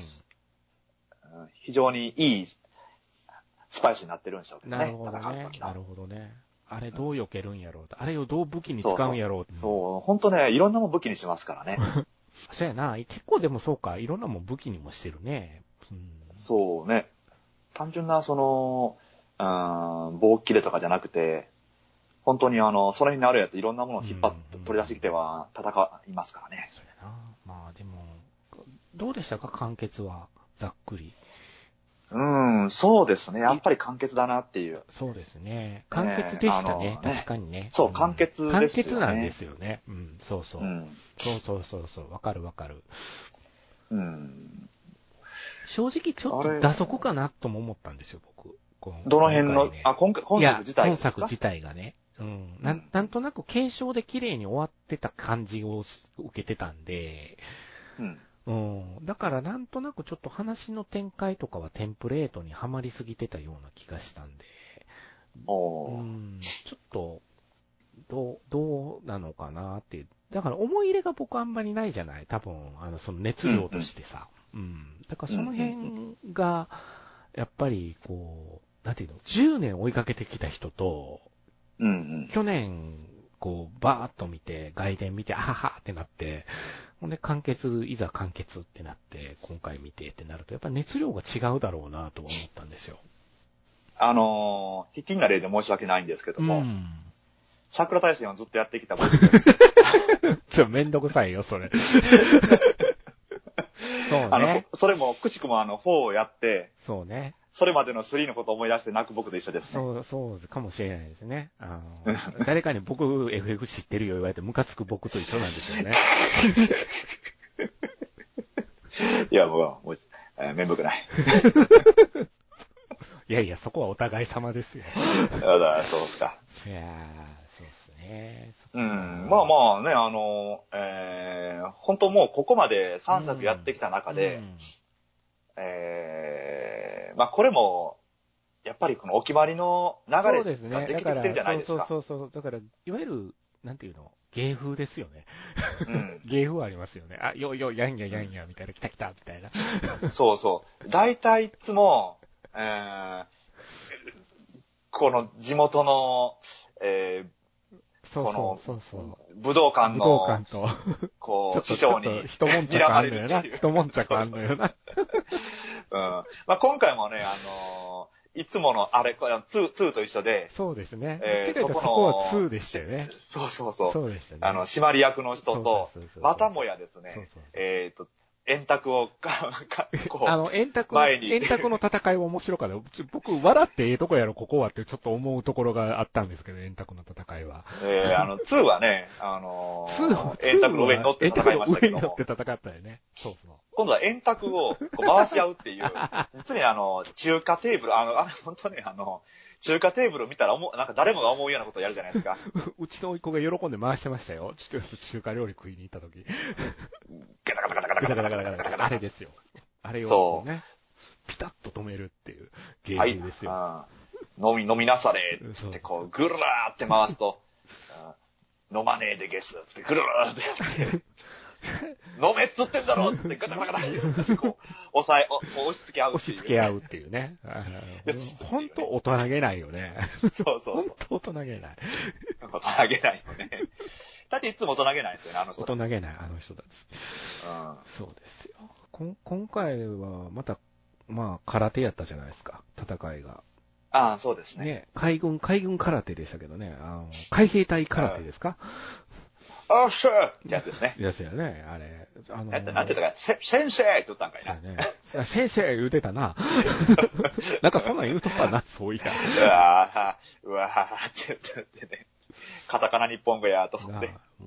S1: 非常にいいスパイスになってるんでしょうけどね。
S2: なるほど
S1: 戦う
S2: ね
S1: 時。
S2: な
S1: の
S2: るほどね。あれどう避けるんやろうと。あれをどう武器に使うんやろうって
S1: そう、ほんとね、いろんなもん武器にしますから ね。
S2: そうやな。結構でもそうか。いろんなもん武器にもしてるね。うん。
S1: そうね。単純な、その、うん、棒切れとかじゃなくて、本当にあの、その辺にあるやついろんなものを引っ張って
S2: うん
S1: 取り出してきては戦いますからね。
S2: そうやな。まあでも、どうでしたか完結は。ざっくり。
S1: うん、そうですね。やっぱり簡潔だなっていう。
S2: そうですね。完結でしたね。
S1: あのね
S2: 確かにね。
S1: そうん完結ですよね
S2: 完結なんですよね。うん、そうそう。
S1: うん。
S2: そうそうそうそう。わかるわかる。
S1: うん。
S2: 正直ちょっ
S1: あ
S2: と
S1: れ
S2: 打足かなとも思ったんですよ、僕。こう
S1: どの辺の、
S2: 今回ね
S1: あ、今回、今
S2: いや
S1: 作自体
S2: 本
S1: ですか
S2: 作自体がね。うん。なん、なんとなく継承で綺麗に終わってた感じをし受けてたんで、
S1: うん。
S2: うん。だからなんとなくちょっと話の展開とかはテンプレートにはまりすぎてたような気がしたんで、う
S1: おー
S2: ん。ちょっと、どう、どうなのかなって。だから思い入れが僕あんまりないじゃない多分、あの、その熱量としてさ。うん。だからその辺が、やっぱりこう、なんていうの ?10 年追いかけてきた人と、
S1: うんうん。
S2: 去年、こう、バーっと見て、外伝見て、あははってなって、ほんで完結、いざ完結ってなって、今回見てってなると、やっぱ熱量が違うだろうなとは思ったんですよ。
S1: あのー、ひっきりな例で申し訳ないんですけど
S2: う
S1: も、
S2: ん。
S1: 桜大戦をずっとやってきた僕、
S2: ちょ、めんどくさいよ、それ。 そう
S1: あの
S2: ね。、
S1: それも、くしくもあの、4をやって、
S2: そうね。
S1: それまでの3のことを思い出して泣く僕と一緒ですね。
S2: そう、そうかもしれないですね。あの、誰かに僕、FF 知ってるよ言われて、ムカつく僕と一緒なんです よね。
S1: いや、もう、もう、えー面目ない。
S2: いやいや、そこはお互い様ですよ。
S1: だから、そうっすか。
S2: いやー、そうですね。
S1: うん。まあ
S2: あ、
S1: まあね、あの、えー、本当もうここまで3作やってきた中で、
S2: うん
S1: えー、まあこれも、やっぱりこのお決まりの流
S2: そう
S1: れ
S2: です
S1: が
S2: ね。
S1: で
S2: だ
S1: きて
S2: か
S1: きてるじゃな
S2: ら、
S1: いです
S2: そう
S1: か。
S2: そうそうそう。だから、いわゆる、なんていうの芸風ですよね。
S1: うん
S2: 芸風はありますよね。あ、よいよい、やんややんや、みたいな、来た来た、みたいな。
S1: そうそう。大体いつも、えー、この地元の、え
S2: そうそうそうそう。
S1: ー、武道館
S2: 武道
S1: の、
S2: 館と、 ちょ
S1: こ
S2: っ
S1: う、師
S2: と、ちょ
S1: 匠
S2: っと、
S1: に、
S2: 一悶着あんの
S1: 睨
S2: よ
S1: まれるっ
S2: な。
S1: ていう
S2: 一悶着あんのよな。
S1: うん。まあ今回もね、あのーいつもの、あれ、これ、2、2と一緒で、
S2: そうですね。
S1: えー
S2: どっちかというとそ
S1: そこ
S2: こ
S1: の
S2: は2でしたよね。
S1: そうそうそう。
S2: そうでしたね。
S1: あの、締まり役の人と
S2: そうそうそうそう、
S1: またもやですね、
S2: そうそうそう
S1: えっ、と、円卓を、かかこう
S2: あの、円卓、
S1: 前に
S2: 円卓の戦いは面白かった。ちょ僕、笑ってええとこやろ、ここはってちょっと思うところがあったんですけど、円卓の戦いは。
S1: えーあの、2はね、あの
S2: ツーは
S1: ー、円卓の上に乗って
S2: 円卓
S1: 戦いましたけど
S2: の上に乗っ
S1: も
S2: て、戦ったよね。そうそう。
S1: 今度は円卓をこう回し合うっていう、実にあの、中華テーブル、あの、あの本当ね、あの、中華テーブル見たら思う、なんか誰もが思うようなことをやるじゃないですか。
S2: うちの甥っ子が喜んで回してましたよ。ちょっと中華料理食いに行った時。
S1: ガタガタガタガタガタガタ
S2: ガタガタガタガタガタあれですよ。あれ
S1: そ
S2: を
S1: う
S2: こうね、ピタッと止めるっていうゲ
S1: はい。
S2: ームですよ。
S1: あー飲み、飲みなされ
S2: うん
S1: っ
S2: そ
S1: つ
S2: う
S1: ってこう、ぐるらーって回すと、あ飲まねえでゲスっつってぐるらーってやって、飲めっつってんだろっつってガタガタガタってこう、押さえ、お押し付け合うっ
S2: 押
S1: ていう。
S2: し付け合うってい うね。本当大人げないよね。
S1: そうそう
S2: 本
S1: そう。
S2: 当大人げない。
S1: なんか大人げないよね。だっていつも大人げないですよね、あの人。
S2: 大
S1: うん。
S2: 人げない、あの人たち。そうですよ。こん今回はまた、まあ、空手やったじゃないですか、戦いが。
S1: ああ、そうですね。
S2: ね、海軍、海軍空手でしたけどね、あの、海兵隊空手ですか
S1: あっしゃーってやつですね。
S2: やつやね、あれ。あの
S1: やった、なんて言ったか、せ先生って言ったんかい
S2: そう
S1: な
S2: や。ね。いや先生言うてたな。 なんかそんなん言うとったな、そういや。
S1: うわー、うわーって言ってね。カタカナ日本語やと思
S2: な
S1: っ
S2: あ
S1: て。
S2: もう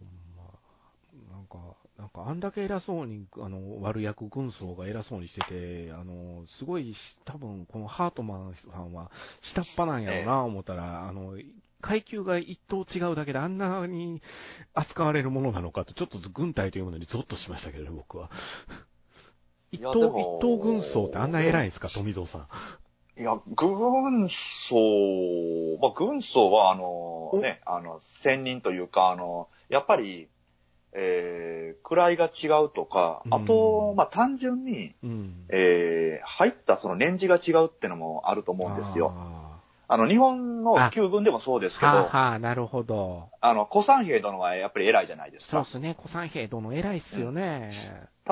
S2: ほんまなんか、なんかあんだけ偉そうに、あの、悪役軍曹が偉そうにしてて、あの、すごいし、多分このハートマンさんは下っ端なんやろうな、思ったら、あの、階級が一等違うだけであんなに扱われるものなのかと、ちょっと軍隊というものにゾッとしましたけどね、僕は。一
S1: いやで
S2: 等、
S1: も
S2: 一等軍曹ってあんな偉いんですか、富蔵さん。
S1: いや、軍曹、まあ、軍曹は、あの、ね、あの、専任というか、あの、やっぱり、えー、位が違うとか、あと
S2: う、ん
S1: まあ、単純に、
S2: うん。
S1: えー、入ったその年次が違うってのもあると思うんですよ。
S2: あ
S1: あの、日本の
S2: あ
S1: 旧軍でもそうです
S2: ー
S1: け
S2: はあ、
S1: ど、あ
S2: はあ、なるほど。
S1: の、古三兵殿はやっぱり偉いじゃないです
S2: そ
S1: か
S2: うっ。すね、古参兵殿偉いっすよね。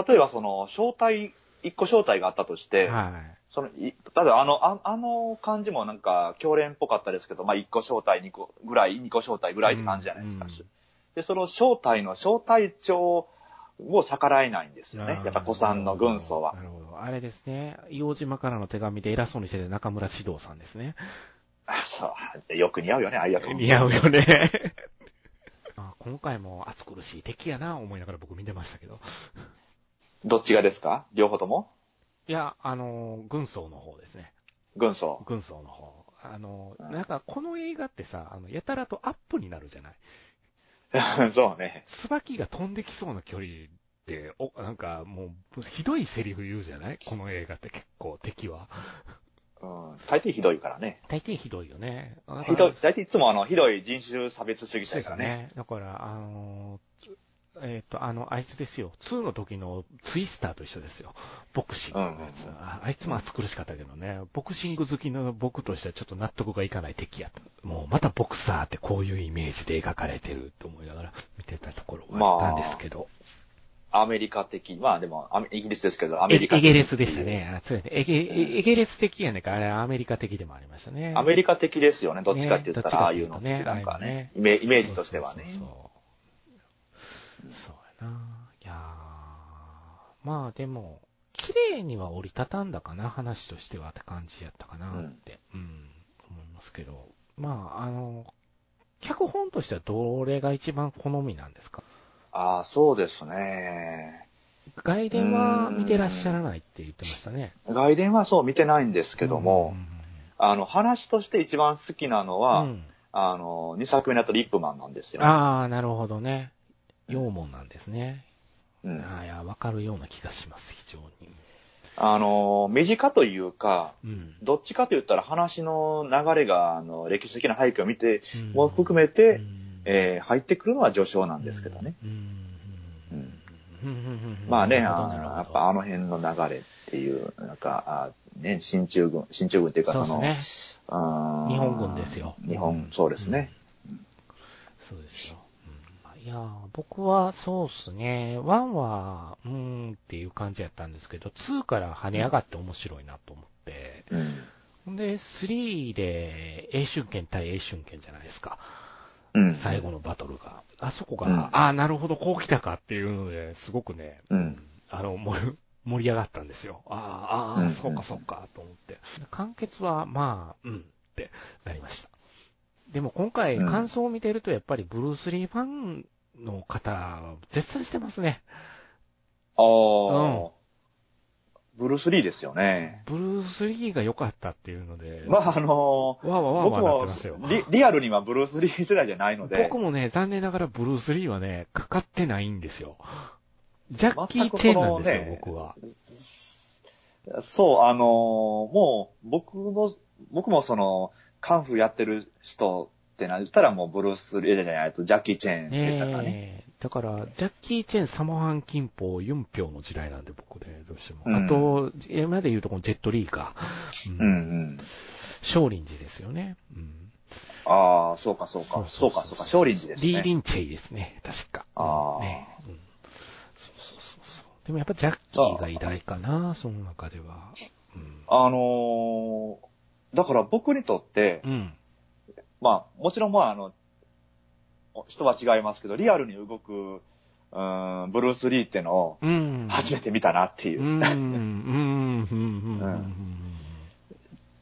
S1: 例えば、その、招待、一個招待があったとして、
S2: はい。
S1: その、いただあの、ああの感じもなんか、教練っぽかったですけど、まあ、1個招待、2個ぐらい、2個招待ぐらいって感じじゃないですか。
S2: うん
S1: で、その招待の招待長を逆らえないんですよね
S2: あ。ー
S1: やっぱ古参の軍曹は。
S2: なるほど。あれですね、硫黄島からの手紙で偉そうにしてる中村獅童さんですね。
S1: あ そう。よく似合うよね、ああいう役
S2: 似合うよね。 あ今回も暑苦しい敵やな、思いながら僕見てましたけど。
S1: どっちがですか両方とも
S2: いや、あの、軍曹の方ですね。
S1: 軍曹。
S2: 軍曹の方。あの、なんかこの映画ってさ、あの、やたらとアップになるじゃない
S1: そうね。
S2: 椿が飛んできそうな距離で、お、なんかもう、ひどいセリフ言うじゃないこの映画って結構敵は。
S1: うん。大抵ひどいからね。
S2: 大抵ひどいよね。
S1: ひどい、大抵いつもあの、ひどい人種差別主義者や
S2: そうで
S1: から
S2: す
S1: ね。
S2: ね。だから、あのー、つえっ、と、あの、あいつですよ。2の時のツイスターと一緒ですよ。ボクシングのやつ。
S1: うん
S2: ああいつも暑苦しかったけどね。ボクシング好きの僕としてはちょっと納得がいかない敵やった。もうまたボクサーってこういうイメージで描かれてると思いながら見てたところはあったんですけど。
S1: アメリカ的。まあでも、アメイギリスですけど、ア
S2: エ
S1: メリカ
S2: エ
S1: 的
S2: ゲレスでしたね。あそうやねエゲエゲレス的やねんか。あれアメリカ的でもありましたね。
S1: アメリカ的ですよね、どっちかって言った
S2: ね
S1: ら、ああいうのって、
S2: どっちか
S1: な
S2: ってい
S1: ん
S2: うとね
S1: かね
S2: ああいうのね、
S1: イメイメージとしてはね。
S2: そうそうそうそうそうやな。いやーまあでも、綺麗には折りたたんだかな、話としてはって感じやったかなって、うん、思いますけど。まあ、あの、脚本としてはどれが一番好みなんですか
S1: ああ、そうですね。
S2: 外伝は見てらっしゃらないって言ってましたね。
S1: 外伝はそう見てないんですけども、あの、話として一番好きなの
S2: うん、
S1: は、
S2: うん
S1: あの、2作目だとリップマンなんですよ。
S2: ああ、なるほどね。洋門なんですね。
S1: うん、
S2: ああ、いや、わかるような気がします、非常に。
S1: あの、身近というか、
S2: うん。
S1: どっちかと言ったら話の流れが、あの、歴史的な背景を見て、
S2: うん
S1: も含めて、
S2: うん
S1: えー入ってくるのは序章なんですけどね。
S2: うん。
S1: うん
S2: うん
S1: まあね、
S2: なる
S1: あ
S2: ほど
S1: の
S2: なるほど
S1: やっぱあの辺の流れっていう、なんか、あね、新中軍、新中軍っていうか
S2: そう
S1: そ
S2: です
S1: の、
S2: ね。
S1: あー
S2: 日本軍ですよ。
S1: 日本、そうですね。
S2: うん。そうですよ。うんいやー、僕はそうっすね。ワンは、うーんっていう感じやったんですけど、ツーから跳ね上がって面白いなと思って。
S1: うん。
S2: ほんで、3で、英春剣対英春剣じゃないですか。
S1: うん。
S2: 最後のバトルが。あそこが、
S1: うん
S2: ああ、なるほど、こう来たかっていうので、すごくね、
S1: うん。
S2: あの、もう盛り上がったんですよ。ああ、あ
S1: うんう
S2: あ、
S1: ん
S2: そうかそうか、と思って。完結は、まあ、うん、ってなりました。でも今回、
S1: うん
S2: 感想を見てると、やっぱりブルース・リーファンの方、絶賛してますね。
S1: ああ、ブルース・リーですよね。
S2: ブルース・リーが良かったっていうので、
S1: まあ、あの
S2: わーわーわー
S1: 僕
S2: わーなって
S1: も
S2: ますよ。
S1: リリアルにはブルース・リー世代じゃないので
S2: 僕、もね、残念ながらブルース・リーはね、かかってないんですよ。ジャッキー・チェンなんですよ、
S1: 全くこのね
S2: 僕は。
S1: そう、あのーもう、僕の僕もその、カンフーやってる人ってなったらもうブルース・リーじゃないとジャッキー・チェーンでしたからね。
S2: ええだから、ジャッキー・チェン、サモハン・キンポ、ユンピョウの時代なんで、僕ね、どうしても。
S1: うん
S2: あと、今で言うとこのジェットリーか。うん
S1: うんうん。
S2: 少林寺ですよね。うん。
S1: ああ、そうかそうか。そうかそうか。少林寺ですね。
S2: リー・リンチェイですね、確か。
S1: あー
S2: ねうんそうそうそうそう。でもやっぱジャッキーが偉大かな、その中では。うん。
S1: あのーだから僕にとって、
S2: うん。
S1: まあ、もちろんまあ、あの、人は違いますけど、リアルに動く、うーん、ブルース・リーってのを
S2: うん。
S1: 初めて見たなっていう。
S2: うん。うん。うん。 うん。うん。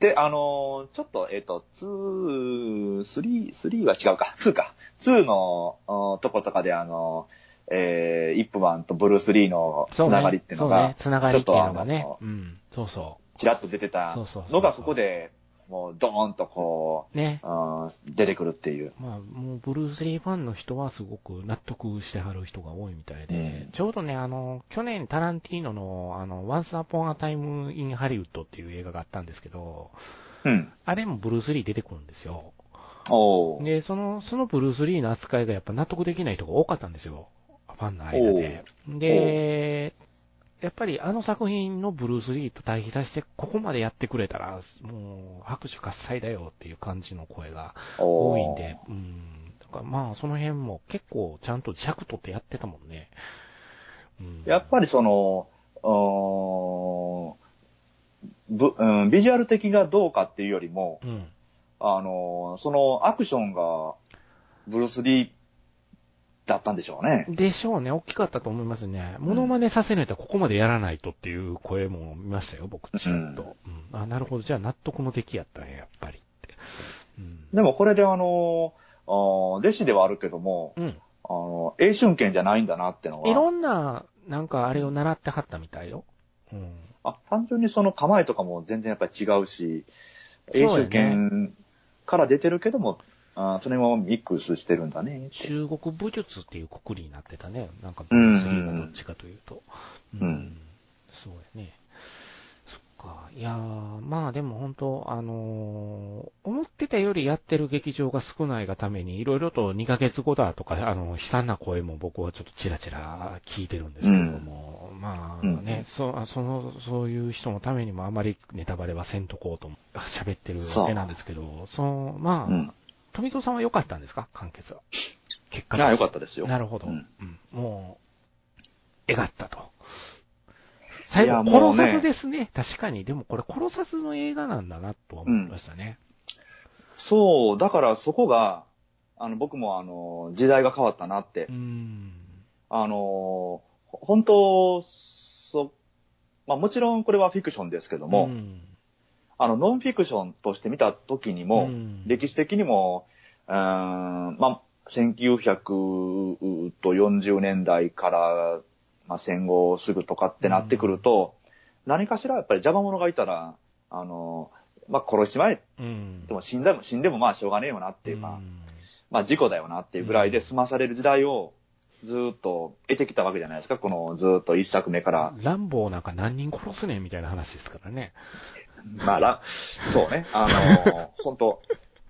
S1: で、あのーちょっと、えっ、と、2、3、3は違うか、2か。2のおとことかで、あのーえー、イップマンとブルース・リーのつ
S2: そうね
S1: ながりっていうのが、
S2: そうね、つながりっていうのが
S1: ち
S2: ね
S1: ょっ。と
S2: うん。そうそ
S1: ちらっと出てた
S2: そうそうそうそう
S1: のが、ここで、もう、ドーンとこ
S2: う。ね
S1: う、。うん出てくるっていう。
S2: まあ、もうブルース・リーファンの人はすごく納得してはる人が多いみたいで、
S1: うん
S2: ちょうどね、あの、去年タランティーノの、あの、Once Upon a Time in Hollywood っていう映画があったんですけど、
S1: うん。
S2: あれもブルース・リー出てくるんですよ。
S1: おー。
S2: で、その、そのブルース・リーの扱いがやっぱ納得できない人が多かったんですよ。ファンの間で。で、やっぱりあの作品のブルース・リーと対比させて、ここまでやってくれたら、もう拍手喝采だよっていう感じの声が
S1: お
S2: 多
S1: ー
S2: いんで、うん。だからまあ、その辺も結構ちゃんと尺取ってやってたもんね。うん
S1: やっぱりその、うーんぶうん、ビジュアル的がどうかっていうよりも、
S2: うん。
S1: あのーそのアクションがブルース・リーだったんでしょうね。
S2: でしょうね。大きかったと思いますね。モノマネさせないとここまでやらないとっていう声も見ましたよ、僕、ちゃんと。うん。あ、なるほど。じゃあ納得の出来やったね、やっぱりって。
S1: でもこれであのーあー弟子ではあるけども、
S2: うん。うん。
S1: あの、英春剣じゃないんだなっての
S2: い
S1: は、
S2: ろんな、なんかあれを習ってはったみたいよ。うん。
S1: あ単純にその構えとかも全然やっぱり違うし、
S2: そう
S1: 英
S2: やね
S1: 春剣から出てるけども、あーそれもミックスしてるんだねって。
S2: 中国武術っていうくくりになってたね。なんか、ブ
S1: う
S2: ル
S1: ん
S2: ースリーがどっちかというと。
S1: うん
S2: そうやね。そっか。いやー、まあでも本当あのー思ってたよりやってる劇場が少ないがために、いろいろと2ヶ月後だとか、あの、悲惨な声も僕はちょっとチラチラ聞いてるんですけども、まあね、
S1: うん
S2: そその、そういう人のためにもあまりネタバレはせんとこうと思って喋ってるわけなんですけど、その、ま
S1: う
S2: あ、
S1: ん。
S2: 富蔵さんは良かったんですか完結は。結果
S1: ああ、よか
S2: っ
S1: ったですよ。
S2: なるほど。
S1: うん
S2: うんもう、描ったと。最後、
S1: いやもう
S2: 殺
S1: ね
S2: さずですね。確かに。でもこれ殺さずの映画なんだなとは思いましたね。
S1: そう、だからそこが、あの、僕もあの、時代が変わったなって
S2: うー。ん。
S1: あの、ほ本当、そ、まあもちろんこれはフィクションですけども、
S2: ん
S1: あの、ノンフィクションとして見た時にも、
S2: ん
S1: 歴史的にも、うーん、まあ、1900と40年代から、まあ、戦後すぐとかってなってくると、何かしらやっぱり邪魔者がいたら、あの、まあ、殺しちまえ
S2: うん。
S1: ても死んでも、死んでもまあしょうがねえよなっていう、まあ、
S2: ん
S1: まあ事故だよなっていうぐらいで済まされる時代をずーっと得てきたわけじゃないですか、このずーっと一作目から。
S2: ランボーなんか何人殺すねんみたいな話ですからね。
S1: まあら、そうね、あのー、本当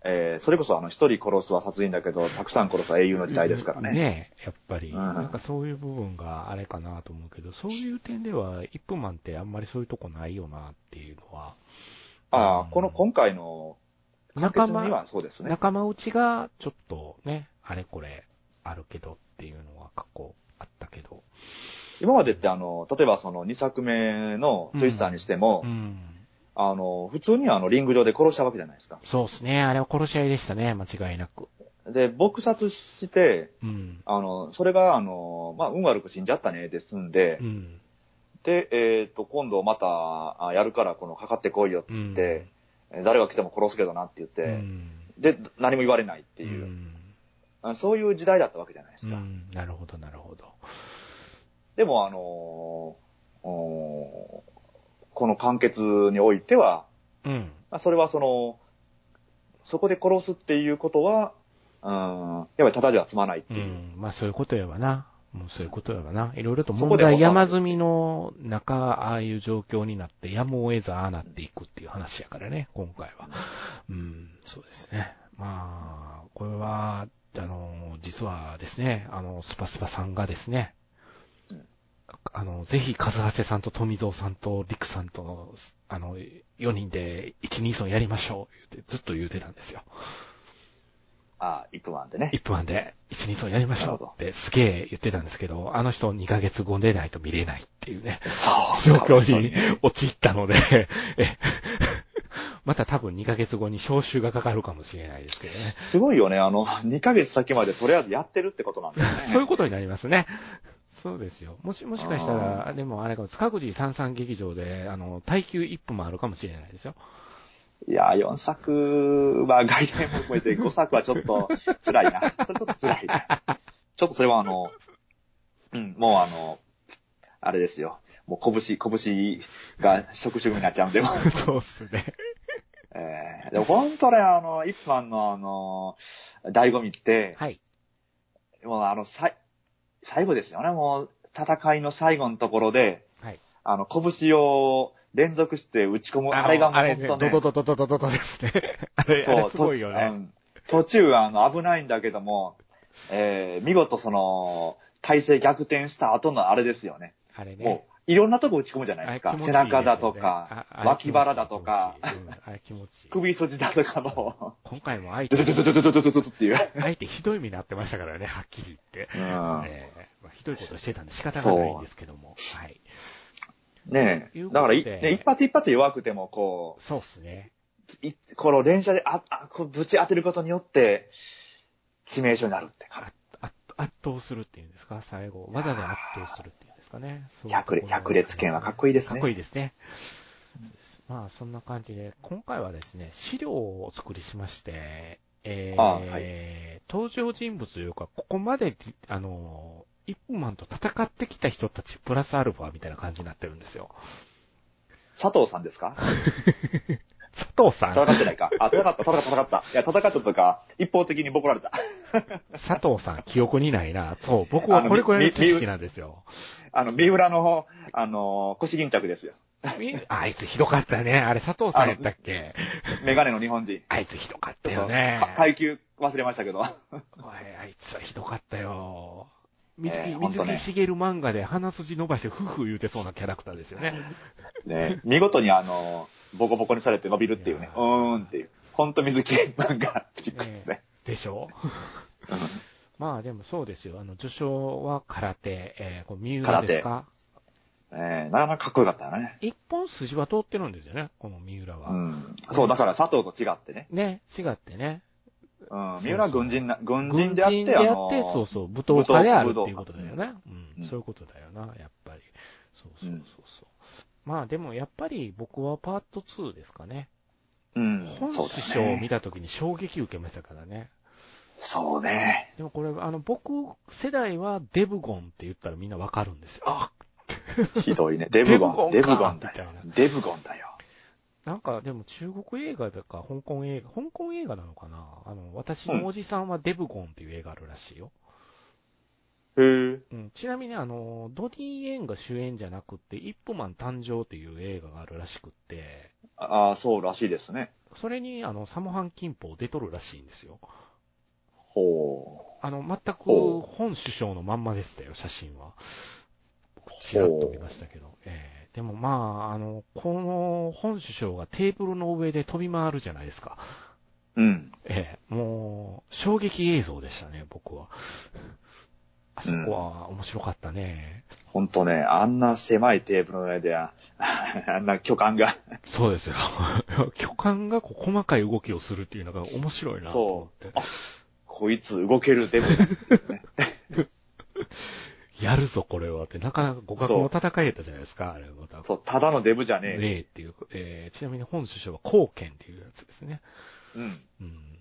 S1: えーそれこそあの、一人殺すは殺人だけど、たくさん殺すは英雄の時代ですからね。
S2: ねえやっぱり。
S1: うん
S2: なんかそういう部分があれかなと思うけど、そういう点では、一分マンってあんまりそういうとこないよなっていうのは。
S1: ああ、この今回の完
S2: 仲
S1: 結
S2: 間
S1: にはそうですね。
S2: 仲間内がちょっとね、あれこれあるけどっていうのは過去あったけど。
S1: 今までってあの、例えばその2作目のツイスターにしても、
S2: うん。
S1: あの、普通にあの、リング上で殺したわけじゃないですか。
S2: そうですね。あれは殺し合いでしたね。間違いなく。
S1: で、撲殺して、
S2: うん。
S1: あの、それがあの、まあ、運悪く死んじゃったね、で済んで、
S2: うん。
S1: で、えっ、と、今度また、あやるから、この、かかってこいよっつって、えー誰が来ても殺すけどなって言って、
S2: うん。
S1: で、何も言われないって
S2: う
S1: いう、
S2: ん。
S1: あそういう時代だったわけじゃないで
S2: う
S1: すか。
S2: ん。なるほど、なるほど。
S1: でも、あのーおーこの完結においては、
S2: うん。
S1: まあそれはその、そこで殺すっていうことは、うん、やっぱりただでは済まないって
S2: う
S1: いう。
S2: ん。まあそういうことやわな。もうそういうことやわな。いろいろと
S1: そ
S2: 問
S1: こでも
S2: 題山積みの中、ああいう状況になって、やむを得ずああなっていくっていう話やからね、今回は。うん、そうですね。まあ、これは、あの、実はですね、あの、スパスパさんがですね
S1: うん、
S2: あの、ぜひ、カズハセさんと富蔵さんとリクさんと、あの、4人で1、2、3やりましょう、ってずっと言うてたんですよ。
S1: あー、1分でね。
S2: 1分半で1、2層やりましょうってすげえ言ってたんですけど、あの人2ヶ月後でないと見れないっていうね、
S1: そう。
S2: 状況に陥ったので、 えまた多分2ヶ月後に招集がかかるかもしれないですけどね。
S1: すごいよね。あの、2ヶ月先までとりあえずやってるってことなんだよね。
S2: そういうことになりますね。そうですよ。もし、もしかしたら、でもあれかも、塚口三三劇場で、あの、耐久一歩もあるかもしれな いですよ。
S1: いやー、4作は外伝も含 めて5作はちょっと辛いな。それちょっと辛いな。ちょっとそれはあの、うん、もうあの、あれですよ。もう拳、拳が触手になっちゃうんで、もう
S2: そうっすね。
S1: えー、でも本当ね、あの、一般のあの、醍醐味って、
S2: はい。
S1: もうあの、さい最後ですよね、もう、戦いの最後のところで、
S2: はい。
S1: あの、拳を連続して打ち込む、あれがもう
S2: あれ
S1: 本
S2: ね、
S1: 当
S2: ド
S1: ね、
S2: ドドドドドドドですね。 あれ、あれすごいよ
S1: とう
S2: ね。
S1: ん途中、あの、危ないんだけども、えー、見事その、体勢逆転した後のあれですよね。
S2: あれね。
S1: もう、いろんなとこ打ち込むじゃないです
S2: あ
S1: か。
S2: れ気持ち
S1: 背
S2: いいですよね
S1: 中だとか、
S2: ああれ
S1: 脇腹だとか
S2: 気持ちいい。うんあれ気持ちいい。
S1: 首筋だとかの、
S2: 今回も相
S1: ドゥドゥ
S2: 手、
S1: ドゥドゥドゥドゥドゥドゥドゥっていう。
S2: 相手ひどい目になってましたからね、はっきり言って。ええまあ、ひどいことしてたんで仕方がないんですけども。はい。
S1: ねえ。だからい、ね、一発一発弱くても、こ
S2: そうっすね。
S1: う、いこの連射で、あ、あ、こうぶち当てることによって、致命傷になるって。
S2: ああ圧倒するっていうんですか、最後。技で圧倒するっていうんですかね。そういうと
S1: 百
S2: ころ
S1: 裂、百裂剣はかっこいいです
S2: かっ
S1: ね
S2: こ。いいですね。まあ、そんな感じで、今回はですね、資料をお作りしまして、えー
S1: あは
S2: 登場人物というか、ここまでに、あの、イップマンと戦ってきた人たち、プラスアルファみたいな感じになってるんですよ。
S1: 佐藤さんですか
S2: 佐藤さん、
S1: 戦ってないか。あ、戦った、戦った、戦った。いや、戦ったとか、一方的にボコられた。
S2: 佐藤さん記憶にないな。そう、僕は
S1: あの
S2: これくらいの
S1: み
S2: 知識なんですよ。
S1: あの、三浦の、あの、腰巾着ですよ。
S2: みあいつひどかったね。あれ佐藤さんやったっけ
S1: メガネの日本人。
S2: あいつひどかった
S1: ちょ
S2: よ
S1: っと
S2: ね。
S1: か階級忘れましたけど。
S2: おい、あいつはひどかったよ。水木、
S1: えーほん
S2: 水
S1: とね
S2: 木しげる漫画で鼻筋伸ばしてフーフー言うてそうなキャラクターですよね。
S1: ね、見事にあの、ボコボコにされて伸びるっていうね。うーんっていう。ほんと水木漫画、チックですね。
S2: でしょ
S1: うん
S2: まあでもそうですよ。あの、受賞は空手、えー、こう三浦
S1: 空手
S2: ですか
S1: えーなかなかかっこよかったね。
S2: 一本筋は通ってるんですよね、この三浦は。
S1: うん。そう、だから佐藤と違ってね。
S2: ね、違ってね。
S1: うん。
S2: そう
S1: 三浦軍人な、軍
S2: 軍人
S1: 人
S2: で
S1: で
S2: あ
S1: あ
S2: っ、
S1: ってて、あの、
S2: そうそう、武闘家であるっていうことだよ
S1: 武
S2: ね。うん、
S1: うん
S2: そういうことだよな、やっぱり。そうそ
S1: う
S2: うそうんそう。まあでもやっぱり僕はパート2ですかね。
S1: うん。
S2: 本
S1: そう
S2: 師
S1: だ
S2: 匠を見
S1: ね。
S2: た時に衝撃受けましたからね。
S1: そうね。
S2: でもこれ、あの、僕世代はデブゴンって言ったらみんなわかるんですよ。あ
S1: ひどいね。デブゴン。
S2: デ
S1: デ
S2: ブ
S1: ブ
S2: ゴ
S1: ゴ
S2: ン
S1: ン
S2: か
S1: だよ
S2: み。
S1: デブゴンだよ。
S2: なんかでも中国映画だか香港映画、香港映画なのかなあの、私のおじさんはデブゴンっていう映画あるらしいよ。
S1: へえ。
S2: うん、ちなみにあの、ドディ・エンが主演じゃなくって、イップマン誕生っていう映画があるらしくって、
S1: ああ、そうらしいですね。
S2: それにあの、サモハン・キンポを出とるらしいんですよ。
S1: ほう。
S2: あの、全く
S1: ほ
S2: 本首相のまんまでしたよ、写真は。僕ちらっと見ましたけど。えーでもまあ、あの、この本首相がテーブルの上で飛び回るじゃないですか。
S1: うん。
S2: ええもう、衝撃映像でしたね、僕は。あそこは面白かったね。
S1: ほんとね、あんな狭いテーブルの上で、あ あんな巨漢が。
S2: そうですよ。 巨漢がこう細かい動きをするっていうのが面白いなと思って。
S1: こいつ動けるデブ。
S2: やるぞ、これはって。なかなか互角の戦いやったじゃないですか、あれまた。
S1: そう、ただのデブじゃねえ。
S2: 例っていう、えーちなみに本首相は貢献っていうやつですね。
S1: うん。
S2: うん。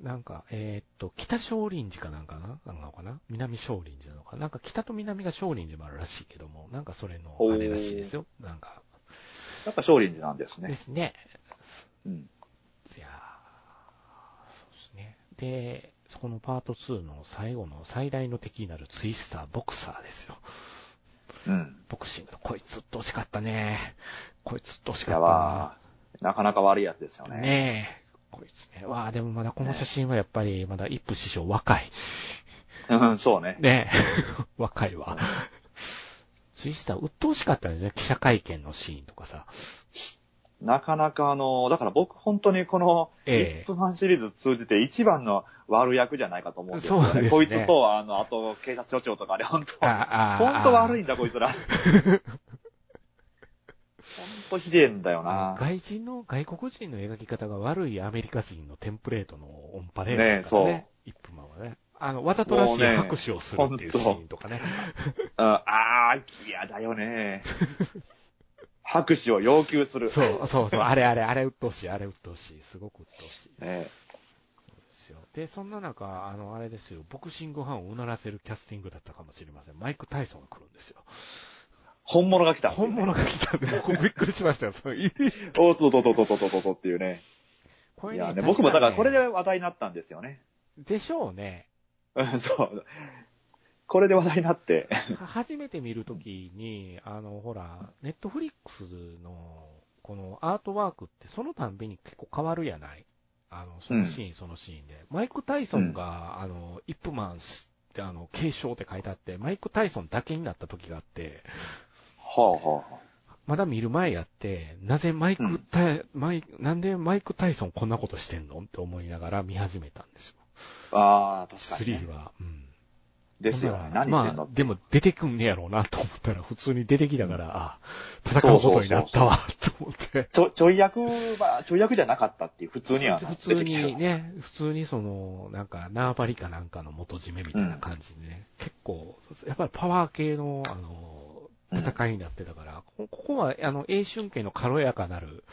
S2: なんか、えーっと、北少林寺かなんかななのかな南少林寺なのかななんか北と南が少林寺もあるらしいけども、なんかそれのあれらしいですよ。なんか、
S1: やっぱ少林寺なんです
S2: で
S1: ね。
S2: すね。
S1: うん。
S2: いやーそうですね。で、そこのパート2の最後の最大の敵になるツイスター、ボクサーですよ。
S1: うん。
S2: ボクシングのこいつずっと惜しかったね。こいつずっと惜し
S1: いや
S2: か
S1: ばなかなか悪いやつですよ
S2: った
S1: ね。
S2: な。ねえ。こいつね。わあ、でもまだこの写真はやっぱり、まだ一夫師匠若い。
S1: うん、そうね。
S2: ねえ。 若いわ。ツイスター、鬱陶しかったよね。記者会見のシーンとかさ。
S1: なかなかあの、だから僕本当にこの、
S2: ええ
S1: リップマンシリーズ通じて一番の悪役じゃないかと思うんですよ、ね。
S2: そうですね
S1: こいつと、あの、あと警察署長とかね、本当
S2: あ
S1: 本当悪い
S2: い
S1: んだこいつら。本当ひでえんだよな。
S2: 外人の、外国人の描き方が悪いアメリカ人のテンプレートのオンパレード
S1: ねえ
S2: だからね。一分間はね。あの、わざとらしい拍手をするっていうシ
S1: もうねほんと
S2: ーンとかね。
S1: うんあー、嫌だよね。拍手を要求する。
S2: そう、そうそう、あれあれ、あれ鬱陶しい、あれ鬱陶しい。すごく鬱陶しい。
S1: ね
S2: ですよ。で、そんな中、あの、あれですよ、ボクシングファンをうならせるキャスティングだったかもしれません。マイク・タイソンが来るんですよ。
S1: 本物が来た。
S2: 本物が来たんで、僕びっくりしま したよ。そのい
S1: おっとっとっとっとっとっとっとっていうね。
S2: こ
S1: い
S2: れね
S1: やね、僕もだからこれで。
S2: 確
S1: 話題になったんですよね。
S2: にでしょうね。
S1: うん、そう。これで話題になって。
S2: は初めて見るときに、あの、ほら、ネットフリックスの、このアートワークってそのたんびに結構変わるやないあの、そのシーン、そのシーンで。マイク・タイソンが、あの、イップマンスって、あの、継承って書いてあって、マイク・タイソンだけになった時があって、
S1: はあはあ。
S2: まだ見る前やって、なぜマイクタイ、マイ、なんでマイク・タイソンこんなことしてんのって思いながら見始めたんですよ。
S1: ああ、確かに、ね
S2: 3。は。うん。
S1: ですよ
S2: ほ
S1: ね
S2: ん。なら
S1: 何してんの
S2: まあ
S1: っ、て、
S2: でも出てくんねやろうなと思ったら、普通に出てきたから、あ戦うことになったわ、と思って。
S1: ちょ、ちょい役は、ちょい役じゃなかったっていう、普通には
S2: 普
S1: 出
S2: 通
S1: てきちゃう
S2: に。ね、普通にその、なんか、縄張りかなんかの元締めみたいな感じでね、結構、やっぱりパワー系の、あの、戦いになってたから、こここは、あの、英春家の軽やかなる、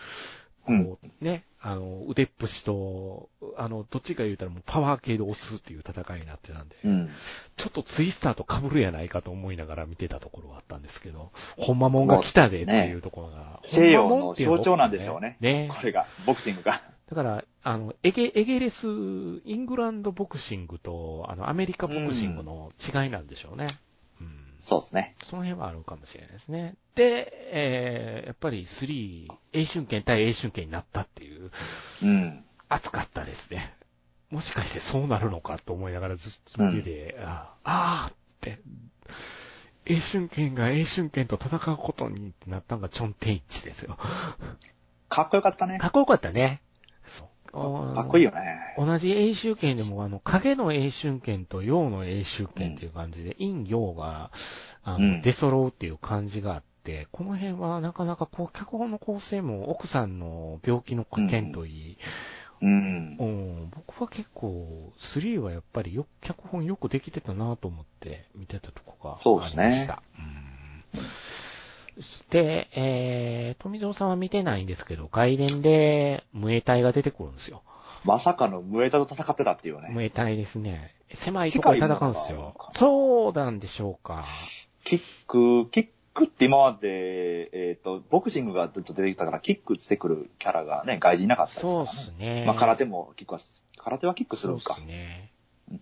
S2: こう、ね、あの、腕っぷしと、あの、どっちか言うたらもうパワー系で押すっていう戦いになってたんで、
S1: うん。
S2: ちょっとツイスターと被るやないかと思いながら見てたところはあったんですけど、ほんまもんが来たでっていうところが、
S1: 西洋
S2: ほんまもん
S1: の
S2: っていうが
S1: 象徴なんでしょうね。
S2: ね
S1: こ。れが、ボクシングが。
S2: だから、あの、エゲ、エゲレス、イングランドボクシングと、あの、アメリカボクシングの違いなんでしょうね。うん。
S1: そうですね。
S2: その辺はあるかもしれないですね。で、えー、やっぱり3、英春権対英春権になったっていう、
S1: うん。
S2: 熱かったですね。もしかしてそうなるのかと思いながらずっと見てて、あーあーって、英春剣が英春剣と戦うことになったのがチョン・テインチですよ。
S1: かっこよかったね。
S2: かっこよかったね。
S1: か
S2: か
S1: っこいい
S2: よ。
S1: よね。
S2: 同じ英春剣でも、あの、影の英春剣と陽の英春剣っていう感じで、陰陽が、あの、
S1: うん
S2: 出揃うっていう感じがあって、この辺はなかなかこう、脚本の構成も奥さんの病気の加減といい、
S1: うん
S2: う。ん、僕は結構、3はやっぱりよく、脚本よくできてたなと思って見てたとこが
S1: そう
S2: あ
S1: で
S2: り
S1: す
S2: ま
S1: ね
S2: した。うんそして、えー、富蔵さんは見てないんですけど、外伝で、無エ隊が出てくるんですよ。
S1: まさかのムエタと戦ってたっていうね。
S2: 無エ隊ですね。狭いとこで戦うんです
S1: 近い
S2: よ
S1: のか。
S2: そうなんでしょうか。
S1: キック、キックって今まで、えっ、と、ボクシングがずっと出てきたから、キックしてくるキャラがね、外人いなかったですから
S2: そう
S1: ね。
S2: ですね。
S1: まあ、空手もキックは、空手はキックするんか
S2: そう。ですね
S1: うん。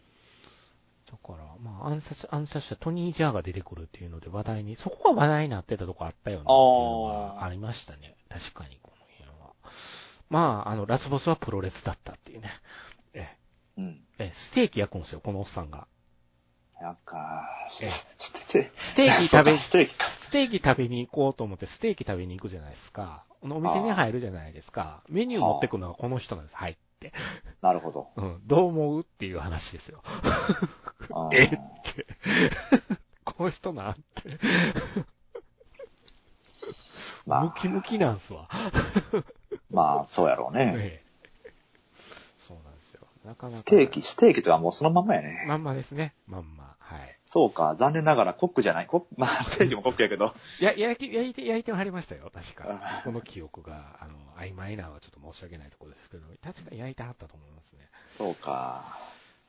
S2: だから、まあ、暗殺、暗殺者、トニー・ジャーが出てくるっていうので話題に、そこが話題になってたとこあったよね。っていうのがありましたね。確かに、この辺は。まあ、あの、ラスボスはプロレスだったっていうね。え
S1: うん。
S2: え、ええステーキ焼くんですよ、このおっさ んが。
S1: なんか、す
S2: ええ
S1: て
S2: ステーキ食べ、
S1: そうかステーキか
S2: ステーキ食べに行こうと思って、ステーキ食べに行くじゃないですか。お店に入るじゃないですか。メニュー持ってくのがこの人なんです。入って。
S1: なるほど。
S2: うん。どう思うっていう話ですよ。
S1: あー
S2: えって。この人なんて。
S1: まあ
S2: ムキムキなんすわ。
S1: まあ、そうやろうね。
S2: ええそうなんですよ。なかなか。
S1: ステーキ、ステーキとかもうそのまんまやね。
S2: まんまですね。まんま。はい。
S1: そうか、残念ながらコックじゃない。コック、まあ、ステーキもコックやけど。
S2: いや、焼き、焼いて、焼いてはりましたよ。確か
S1: あ。
S2: この記憶が、あの、曖昧なのはちょっと申し訳ないところですけど、確か焼いてはったと思いますね。
S1: そうか。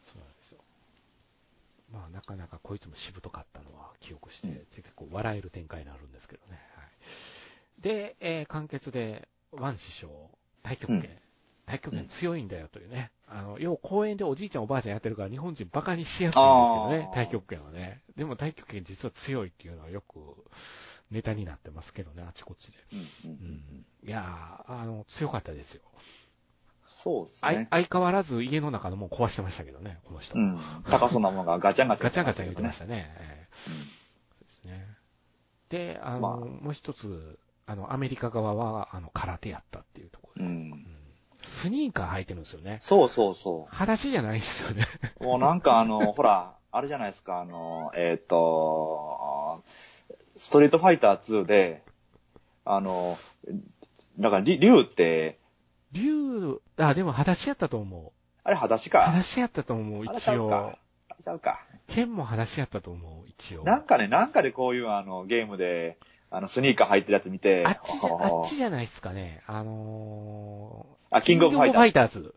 S2: そうなんですよ。まあ、なかなかこいつもしぶとかったのは記憶して、結構笑える展開になるんですけどね。はい、で、えー、完結で、ワン師匠、太極
S1: う
S2: 拳、
S1: ん
S2: 太極拳強いんだよというね。あの、要は公園でおじいちゃんおばあちゃんやってるから日本人バカにしやすいんですけどね
S1: あ、ー
S2: 太極拳はね。でも太極拳実は強いっていうのはよくネタになってますけどね、あちこちで。
S1: うんう
S2: うんん。いやー、あの、強かったですよ。
S1: そうです
S2: あい
S1: ね。
S2: 相変わらず家の中のもん壊してましたけどね、この人。
S1: うん。高そうなものがガチャンガチャン。
S2: ガチャンガチャン言ってまし
S1: した
S2: ね。ええそうですね。で、あの、
S1: まあ
S2: もう一つ、あの、アメリカ側は、あの、空手やったっていうところ
S1: うん。
S2: で、うんスニーカー履いてるんですよね。
S1: そうそうそ
S2: 裸足じゃないですよね。
S1: う。もうなんかあの、ほら、あれじゃないですか、あの、えっ、と、ストリートファイター2で、あの、だから、り竜って、
S2: 竜、あ、でも裸足やったと思う。
S1: あれ、裸足
S2: 裸
S1: か。
S2: 足やったと思う、
S1: あれ
S2: 一
S1: ちゃう
S2: 応
S1: か。。あれちゃうか。
S2: 剣も裸足やったと思う、一応。
S1: なんかね、なんかでこういうあの、ゲームで、あの、スニーカー履いてるやつ見て、
S2: あっちじゃ、
S1: おー
S2: あっちじゃないですかね。あの
S1: あ、
S2: ー、
S1: キングオブファイター。
S2: ズ。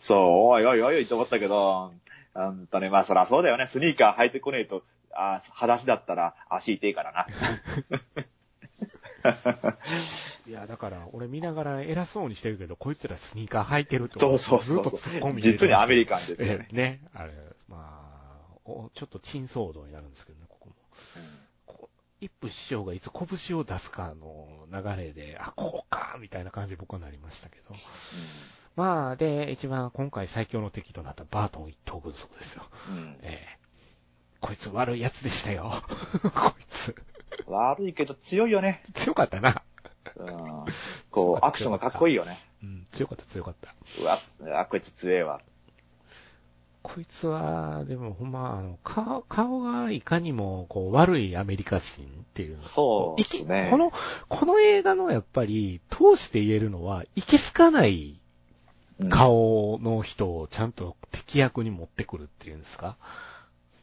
S1: そう、おいおいおいおいと思ったけど、うんとね、まあそらそうだよね。スニーカー履いてこねえと、あ、裸足だったら足痛いから な。
S2: うんいや、だから、俺見ながら偉そうにしてるけど、こいつらスニーカー履いてると。
S1: そうそう
S2: ずっ
S1: そう
S2: と突っ込み入れて
S1: 実にアメ
S2: リ
S1: リカンですよ
S2: え
S1: ね。
S2: えね。あれ、まあ、おちょっと珍騒動になるんですけどね、ここも。ここ一夫師匠がいつ拳を出すかの流れで、あ、こうかみたいな感じで僕はなりましたけど。まあ、で、一番今回最強の敵となったバートン一等軍曹ですよ。
S1: うんうん
S2: ええこいつ悪いやつでしたよ。 こいつ。
S1: 悪いけど強いよね。
S2: 強かったな。
S1: うん、こう、アクションがかっこいいよね。
S2: うん、強かった強かった。
S1: うわ、あ、こいつ強えわ。
S2: こいつは、でもほんま、あの、顔、顔がいかにも、こう、悪いアメリカ人っていう。
S1: そうですね
S2: いきこの、この映画のやっぱり、通して言えるのは、いけすかない
S1: うん
S2: 顔の人をちゃんと敵役に持ってくるっていうんですか。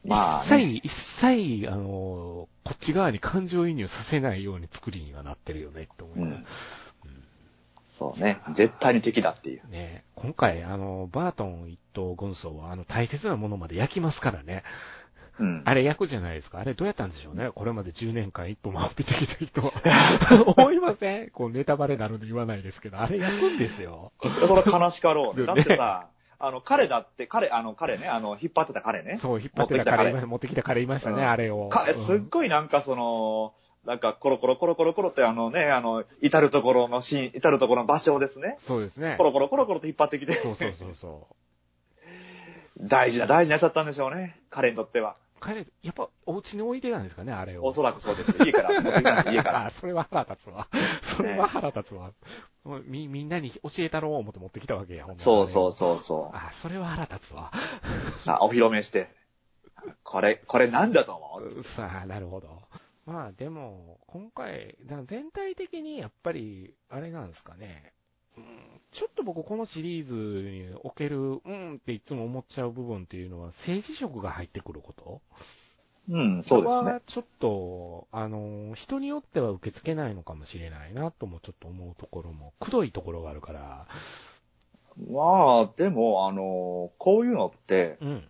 S1: まあ、ね、
S2: 一切、一切、あの、こっち側に感情移入させないように作りにはなってるよね、って思います。
S1: そうね。絶対に敵だっていう。
S2: ね今回、あの、バートン一等軍曹は、あの、大切なものまで焼きますからね。
S1: うん。
S2: あれ焼くじゃないですか。あれどうやったんでしょうね。これまで10年間一歩回ってきた人は。 思いませんこう、ネタバレなので言わないですけど、あれ焼くんですよ。
S1: それは悲しかろう、 ね。
S2: だ
S1: だ
S2: よ
S1: っ
S2: ね
S1: てさ、あの、彼だって、彼、あの、彼ね、あの、引っ張ってた彼ね。
S2: そう、引っ張ってた彼いました、持ってきた彼いましたね、
S1: うん
S2: あれを。
S1: か
S2: うん
S1: すっごいなんかその、なんかコロコロコロコロコロってあのね、あの、至るところのシーン、至るところの場所をですね、
S2: そうですね
S1: コ。ロコロコロコロって引っ張ってきて、
S2: そうそうそうそう。
S1: 大事な大事なやつだったんでしょうね、彼にとっては。
S2: 彼、やっぱ、お家に置いてたんですかね、あれを。
S1: おそらくそうです。家から、持ってきたん です家か
S2: あ
S1: ら。
S2: それは腹立つわ。それは腹立つわ。もうみ、みんなに教えたろう思って持ってきたわけや、ほんまに
S1: そうそうそうそう。
S2: あ、それは腹立つわ。
S1: さあ、お披露目して、これ、これなんだと思う
S2: さあ、なるほど。まあでも、今回、だから全体的にやっぱり、あれなんですかね。うんちょっと僕このシリーズにおける、うんっていつも思っちゃう部分っていうのは、政治色が入ってくること
S1: うん、そうですね。
S2: はちょっと、あの、人によっては受け付けないのかもしれないなともちょっと思うところも、くどいところがあるから、
S1: まあ、でも、あの、こういうのって、
S2: うん。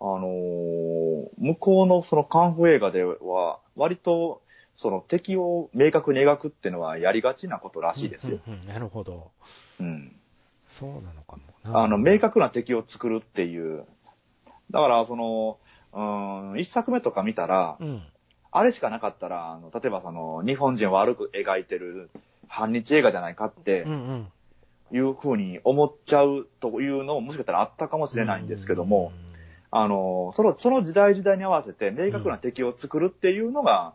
S1: あのー向こうのそのカンフー映画では、割と、その敵を明確に描くっていうのはやりがちなことらしいですよ。
S2: うんうんうんなるほど。
S1: うん。
S2: そうなのかもな。
S1: あの、明確な敵を作るっていう。だから、その、うん、一作目とか見たら、
S2: うん。
S1: あれしかなかったら、あの例えばその、日本人を悪く描いてる反日映画じゃないかって
S2: うんうん。
S1: いうふうに思っちゃうというのももしかしたらあったかもしれないんですけども、あの、その、その時代時代に合わせて明確な敵を作るっていうのが、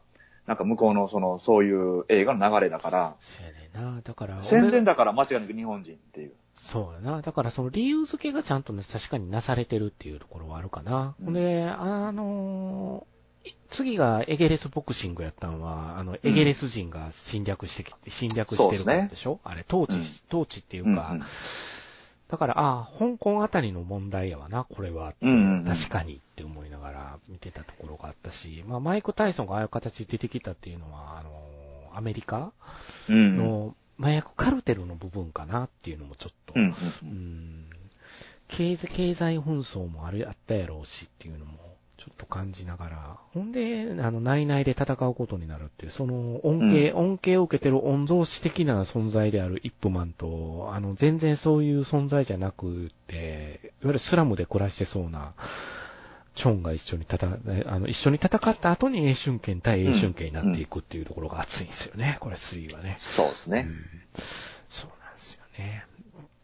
S1: なんか向こうのその、そういう映画の流れだから、
S2: そうやねんな。だから、
S1: 戦前だから間違いなく日本人っていう。
S2: そうやな。だからその理由付けがちゃんとね、確かになされてるっていうところはあるかな。
S1: うん
S2: で、あのーい次がエゲレスボクシングやったんは、あの、エゲレス人が侵略してきて、侵略してるからでしょあれ、統治、
S1: うん
S2: 統治っていう
S1: うんうん
S2: か、だから、ああ、香港あたりの問題やわな、これは。
S1: うんうんうん
S2: 確かにって思いながら見てたところがあったし、まあ、マイク・タイソンがああいう形で出てきたっていうのは、あのーアメリカ
S1: うん。うん
S2: の麻薬カルテルの部分かなっていうのもちょっと。
S1: うんうん
S2: うん経済、経済紛争もあれあったやろうしっていうのも、ちょちょっと感じながら、ほんで、あの、内々で戦うことになるっていう、その恩恵、恩恵を受けてる御曹司的な存在であるイップマンと、あの、全然そういう存在じゃなくて、いわゆるスラムで暮らしてそうな、チョンが一緒に戦、あの、一緒に戦った後に英春剣対英春剣になっていくっていうところが熱いんですよね、これ3はね。
S1: そうです
S2: う
S1: ね。
S2: んそうなんですよね。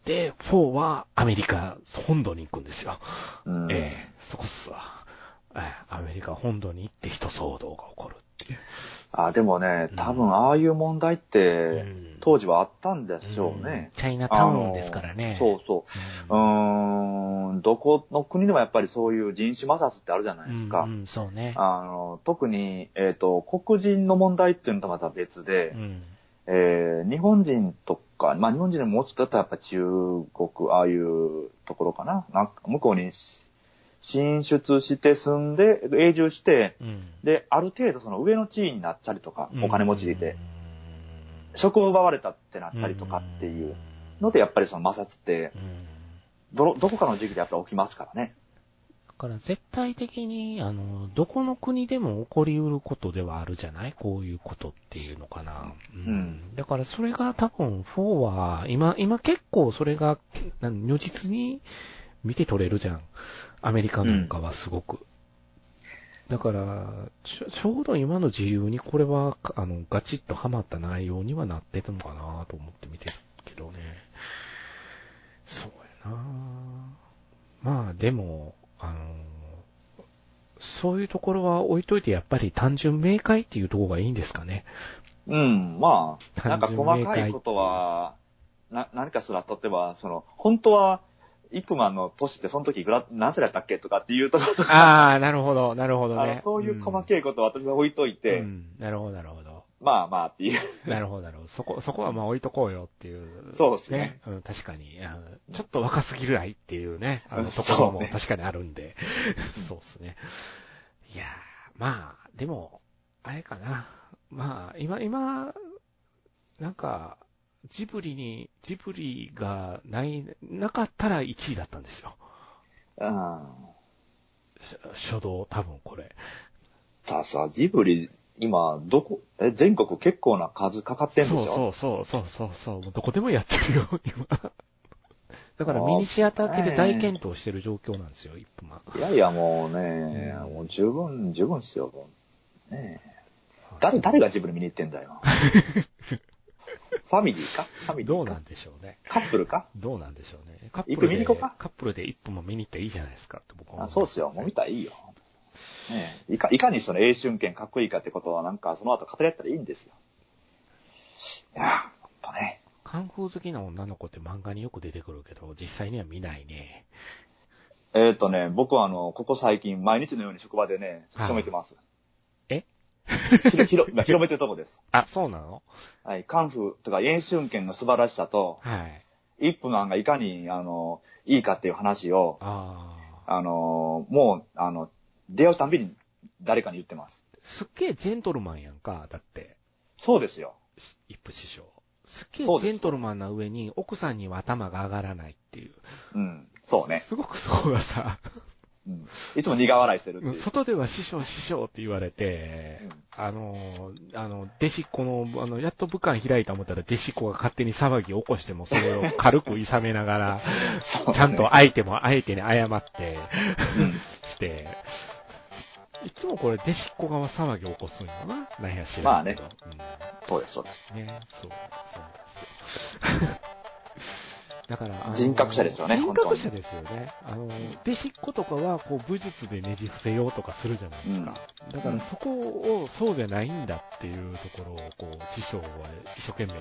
S2: で、4はアメリカ本土に行くんですよ。
S1: うん。
S2: ええそこっすわ。ええアメリカ本土に行って人騒動が起こるっていう。
S1: あ、でもね
S2: う、ん
S1: 多分ああいう問題って
S2: うん、
S1: 当時はあったんでしょう
S2: うん
S1: ね。
S2: チャイナタ
S1: あ
S2: ウン
S1: の
S2: ですからね。
S1: そうそうう。うーん、どこの国でもやっぱりそういう人種摩擦ってあるじゃない
S2: ん。
S1: ですか
S2: うん。うん、そうね。
S1: あの、特に、えっ、と、黒人の問題っていうのとまた別で、
S2: うん。
S1: えー日本人とか、まあ日本人でももうちょっとだったらやっぱ中国、ああいうところかな。なんか向こうにし進出して住んで、永住して、
S2: うん。
S1: で、ある程度その上の地位になったりとか、お金持ちで、
S2: うん、
S1: 職を奪われたってなったりとかっていうので、やっぱりその摩擦って
S2: う、ん。
S1: どの、どこかの時期でやっぱり起きますからね。
S2: だから絶対的に、あの、どこの国でも起こりうることではあるじゃないこういうことっていうのかな。うん。
S1: うん
S2: だからそれが多分4は、今、今結構それが、なん如実に見て取れるじゃん。アメリカなんかはすごく。だからちょ、ちょうど今の自由にこれは、あの、ガチッとハマった内容にはなってたのかなと思って見てるけどね。そうやなまあでも、あのそういうところは置いといて、やっぱり単純明快っていうところがいいんですかね。
S1: うん、まあ、なんか
S2: 単純明快
S1: 細かいことは、な、何かしら、例えば、その、本当は、イップマンの年ってその時いくら、何歳だったっけとかっていうところとか、
S2: ああ、なるほど、なるほど
S1: あ
S2: ね
S1: の。そういう細
S2: い
S1: けいことは私は置いといて、
S2: うん、なるほど、なるほど。
S1: まあまあっていう。
S2: なるほど、なるほど。そこ、そこはまあ置いとこうよっていう。
S1: そうですね
S2: うん、確かに。あのちょっと若すぎるらいっていうね、あ
S1: う
S2: の、
S1: ん
S2: ところも
S1: そうね
S2: 確かにあるんで。 そうですね。いやー、まあ、でも、あれかな。まあ、今、今、なんか、ジブリに、ジブリがない、なかったら1位だったんですよ。
S1: うん。
S2: し初動、多分これ。
S1: たださ、ジブリ、今、どこ、え、全国結構な数かかってんでしょ
S2: そうそうそうそうそうそう。どこでもやってるよ、今。だからミニシアター系で大健闘してる状況なんですよ、一歩ま。
S1: いやいや、もうね、
S2: うん
S1: もう十分、十分ですよ。もうねえ誰、誰がジブリ見に行ってん だよ。ファミリーかファミリーか
S2: どうなんでしょうね。
S1: カップルか
S2: どうなんでしょうね。カッ
S1: 一
S2: プ
S1: 歩
S2: ルで、
S1: 見に行こうか
S2: カップルで一歩も見に行ったらいいじゃないですかって僕は思
S1: あそうっすよ。もう見たらいいよ。ねえいか、いかにその英春剣かっこいいかってことはなんかその後語り合ったらいいんですよ。いや、やっぱね。
S2: カンフー好きな女の子って漫画によく出てくるけど、実際には見ないね。
S1: えっ、とね、僕はあの、ここ最近、毎日のように職場でね、
S2: はい
S1: 広めてます。
S2: え
S1: ひろひろ今広めてるとこです。
S2: あ、そうなの
S1: はい、カンフーとか、演春権の素晴らしさと、
S2: は
S1: イ
S2: い。
S1: ップマンがいかに、あの、いいかっていう話を、
S2: ああ。
S1: あの、もう、あの、出会うたんびに誰かに言ってます。
S2: すっげえジェントルマンやんか、だって。
S1: そうですよ。
S2: し一夫師匠。すっげえジ
S1: そうです
S2: ェントルマンな上に、奥さんには頭が上がらないっていう。
S1: うん、そうね
S2: す。すごくそこがさ、
S1: うん、いつも苦笑いしてるっていう。
S2: 外では師匠師匠って言われて、あの、あの、弟子っ子の、あの、やっと武漢開いた思ったら弟子っ子が勝手に騒ぎを起こしても、それを 軽く諌めながら、
S1: そうね
S2: ちゃんと相手も相手に謝って、
S1: うん
S2: して、いつもこれ弟子っ子側騒ぎを起こすんよな。なんや知
S1: ま
S2: ら
S1: あ
S2: んけ
S1: ね
S2: ど。うん
S1: そうです、そうです。
S2: ね、そう、そうなんですよ。 だから、あの
S1: 人格者ですよね
S2: 人
S1: 本当
S2: 格
S1: に
S2: 者ですよね。あの、弟子っ子とかは、こう、武術でねじ伏せようとかするじゃないですか。だか
S1: う
S2: ら、
S1: ん
S2: そこを、そうじゃないんだっていうところを、こう、師匠は一生懸命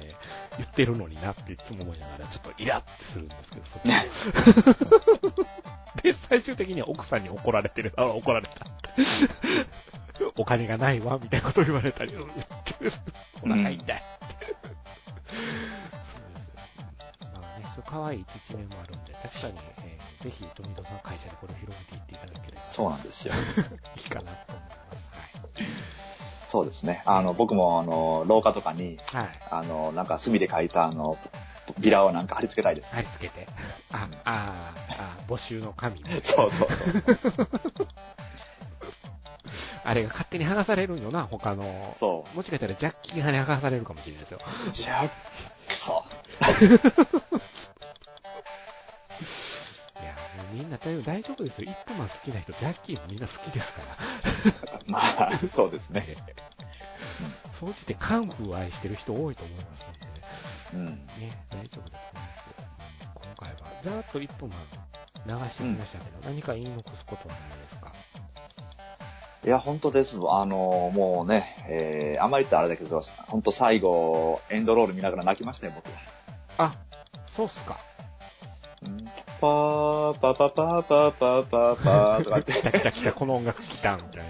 S2: 言ってるのになっていつも思いながら、ちょっとイラってするんですけど、そこ で、最終的には奥さんに怒られてる。あ、怒られた。お金がないわ、みたいなこと言われたり、お腹痛い。そうですよ。まあね、そういう可愛い一面もあるんで、確かに、えーぜひ富戸さん会社でこれを広めていっていただければ
S1: そうなんですよ。
S2: いいかなと思います。
S1: そうですね。あの、僕も、あの、廊下とかに、
S2: はい。はい。
S1: あの、なんか墨で書いた、あの、ビラをなんか貼り付けたいです。
S2: 貼り付けて。あ、あー、あー、募集の神ね。
S1: そうそうそう。
S2: あれが勝手に剥がされるんよな、他の。
S1: そ
S2: もしかしたらジャッキー派に剥がされるかもしれないですよ。
S1: う。じゃあ、くそ。
S2: いや、もうみんな大丈夫ですよ。イップマン好きな人、ジャッキーもみんな好きですから。
S1: まあ、そうですね。
S2: そうしてカンフーを愛してる人多いと思いますの
S1: うん。
S2: で、ね、大丈夫だと思いますよ。今回は、ざーっと一分間流してきましたけど、何か言い残すことはないですか
S1: いや、本当です。あの、もうね、えー、あまり言ったらあれだけど、本当最後、エンドロール見ながら泣きましたよ、僕は。
S2: あ、そうっすか。
S1: うんパーパパパパパパパーとかって
S2: 来た来た来た、この音楽来た、みたいな。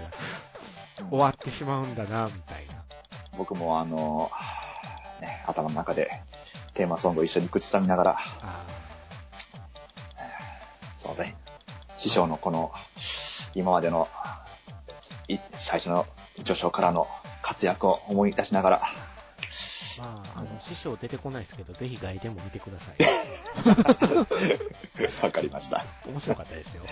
S2: 終わってしまうんだな、みたいな。
S1: 僕もあの、ね、頭の中でテーマソングを一緒に口ずさみながら、
S2: あ
S1: そうね、師匠のこの、今までの、い最初の序章からの活躍を思い出しながら、
S2: ーまあ、あの、師匠出てこないですけど、ぜひ外伝も見てください。
S1: わかりました。
S2: 面白かったですよ。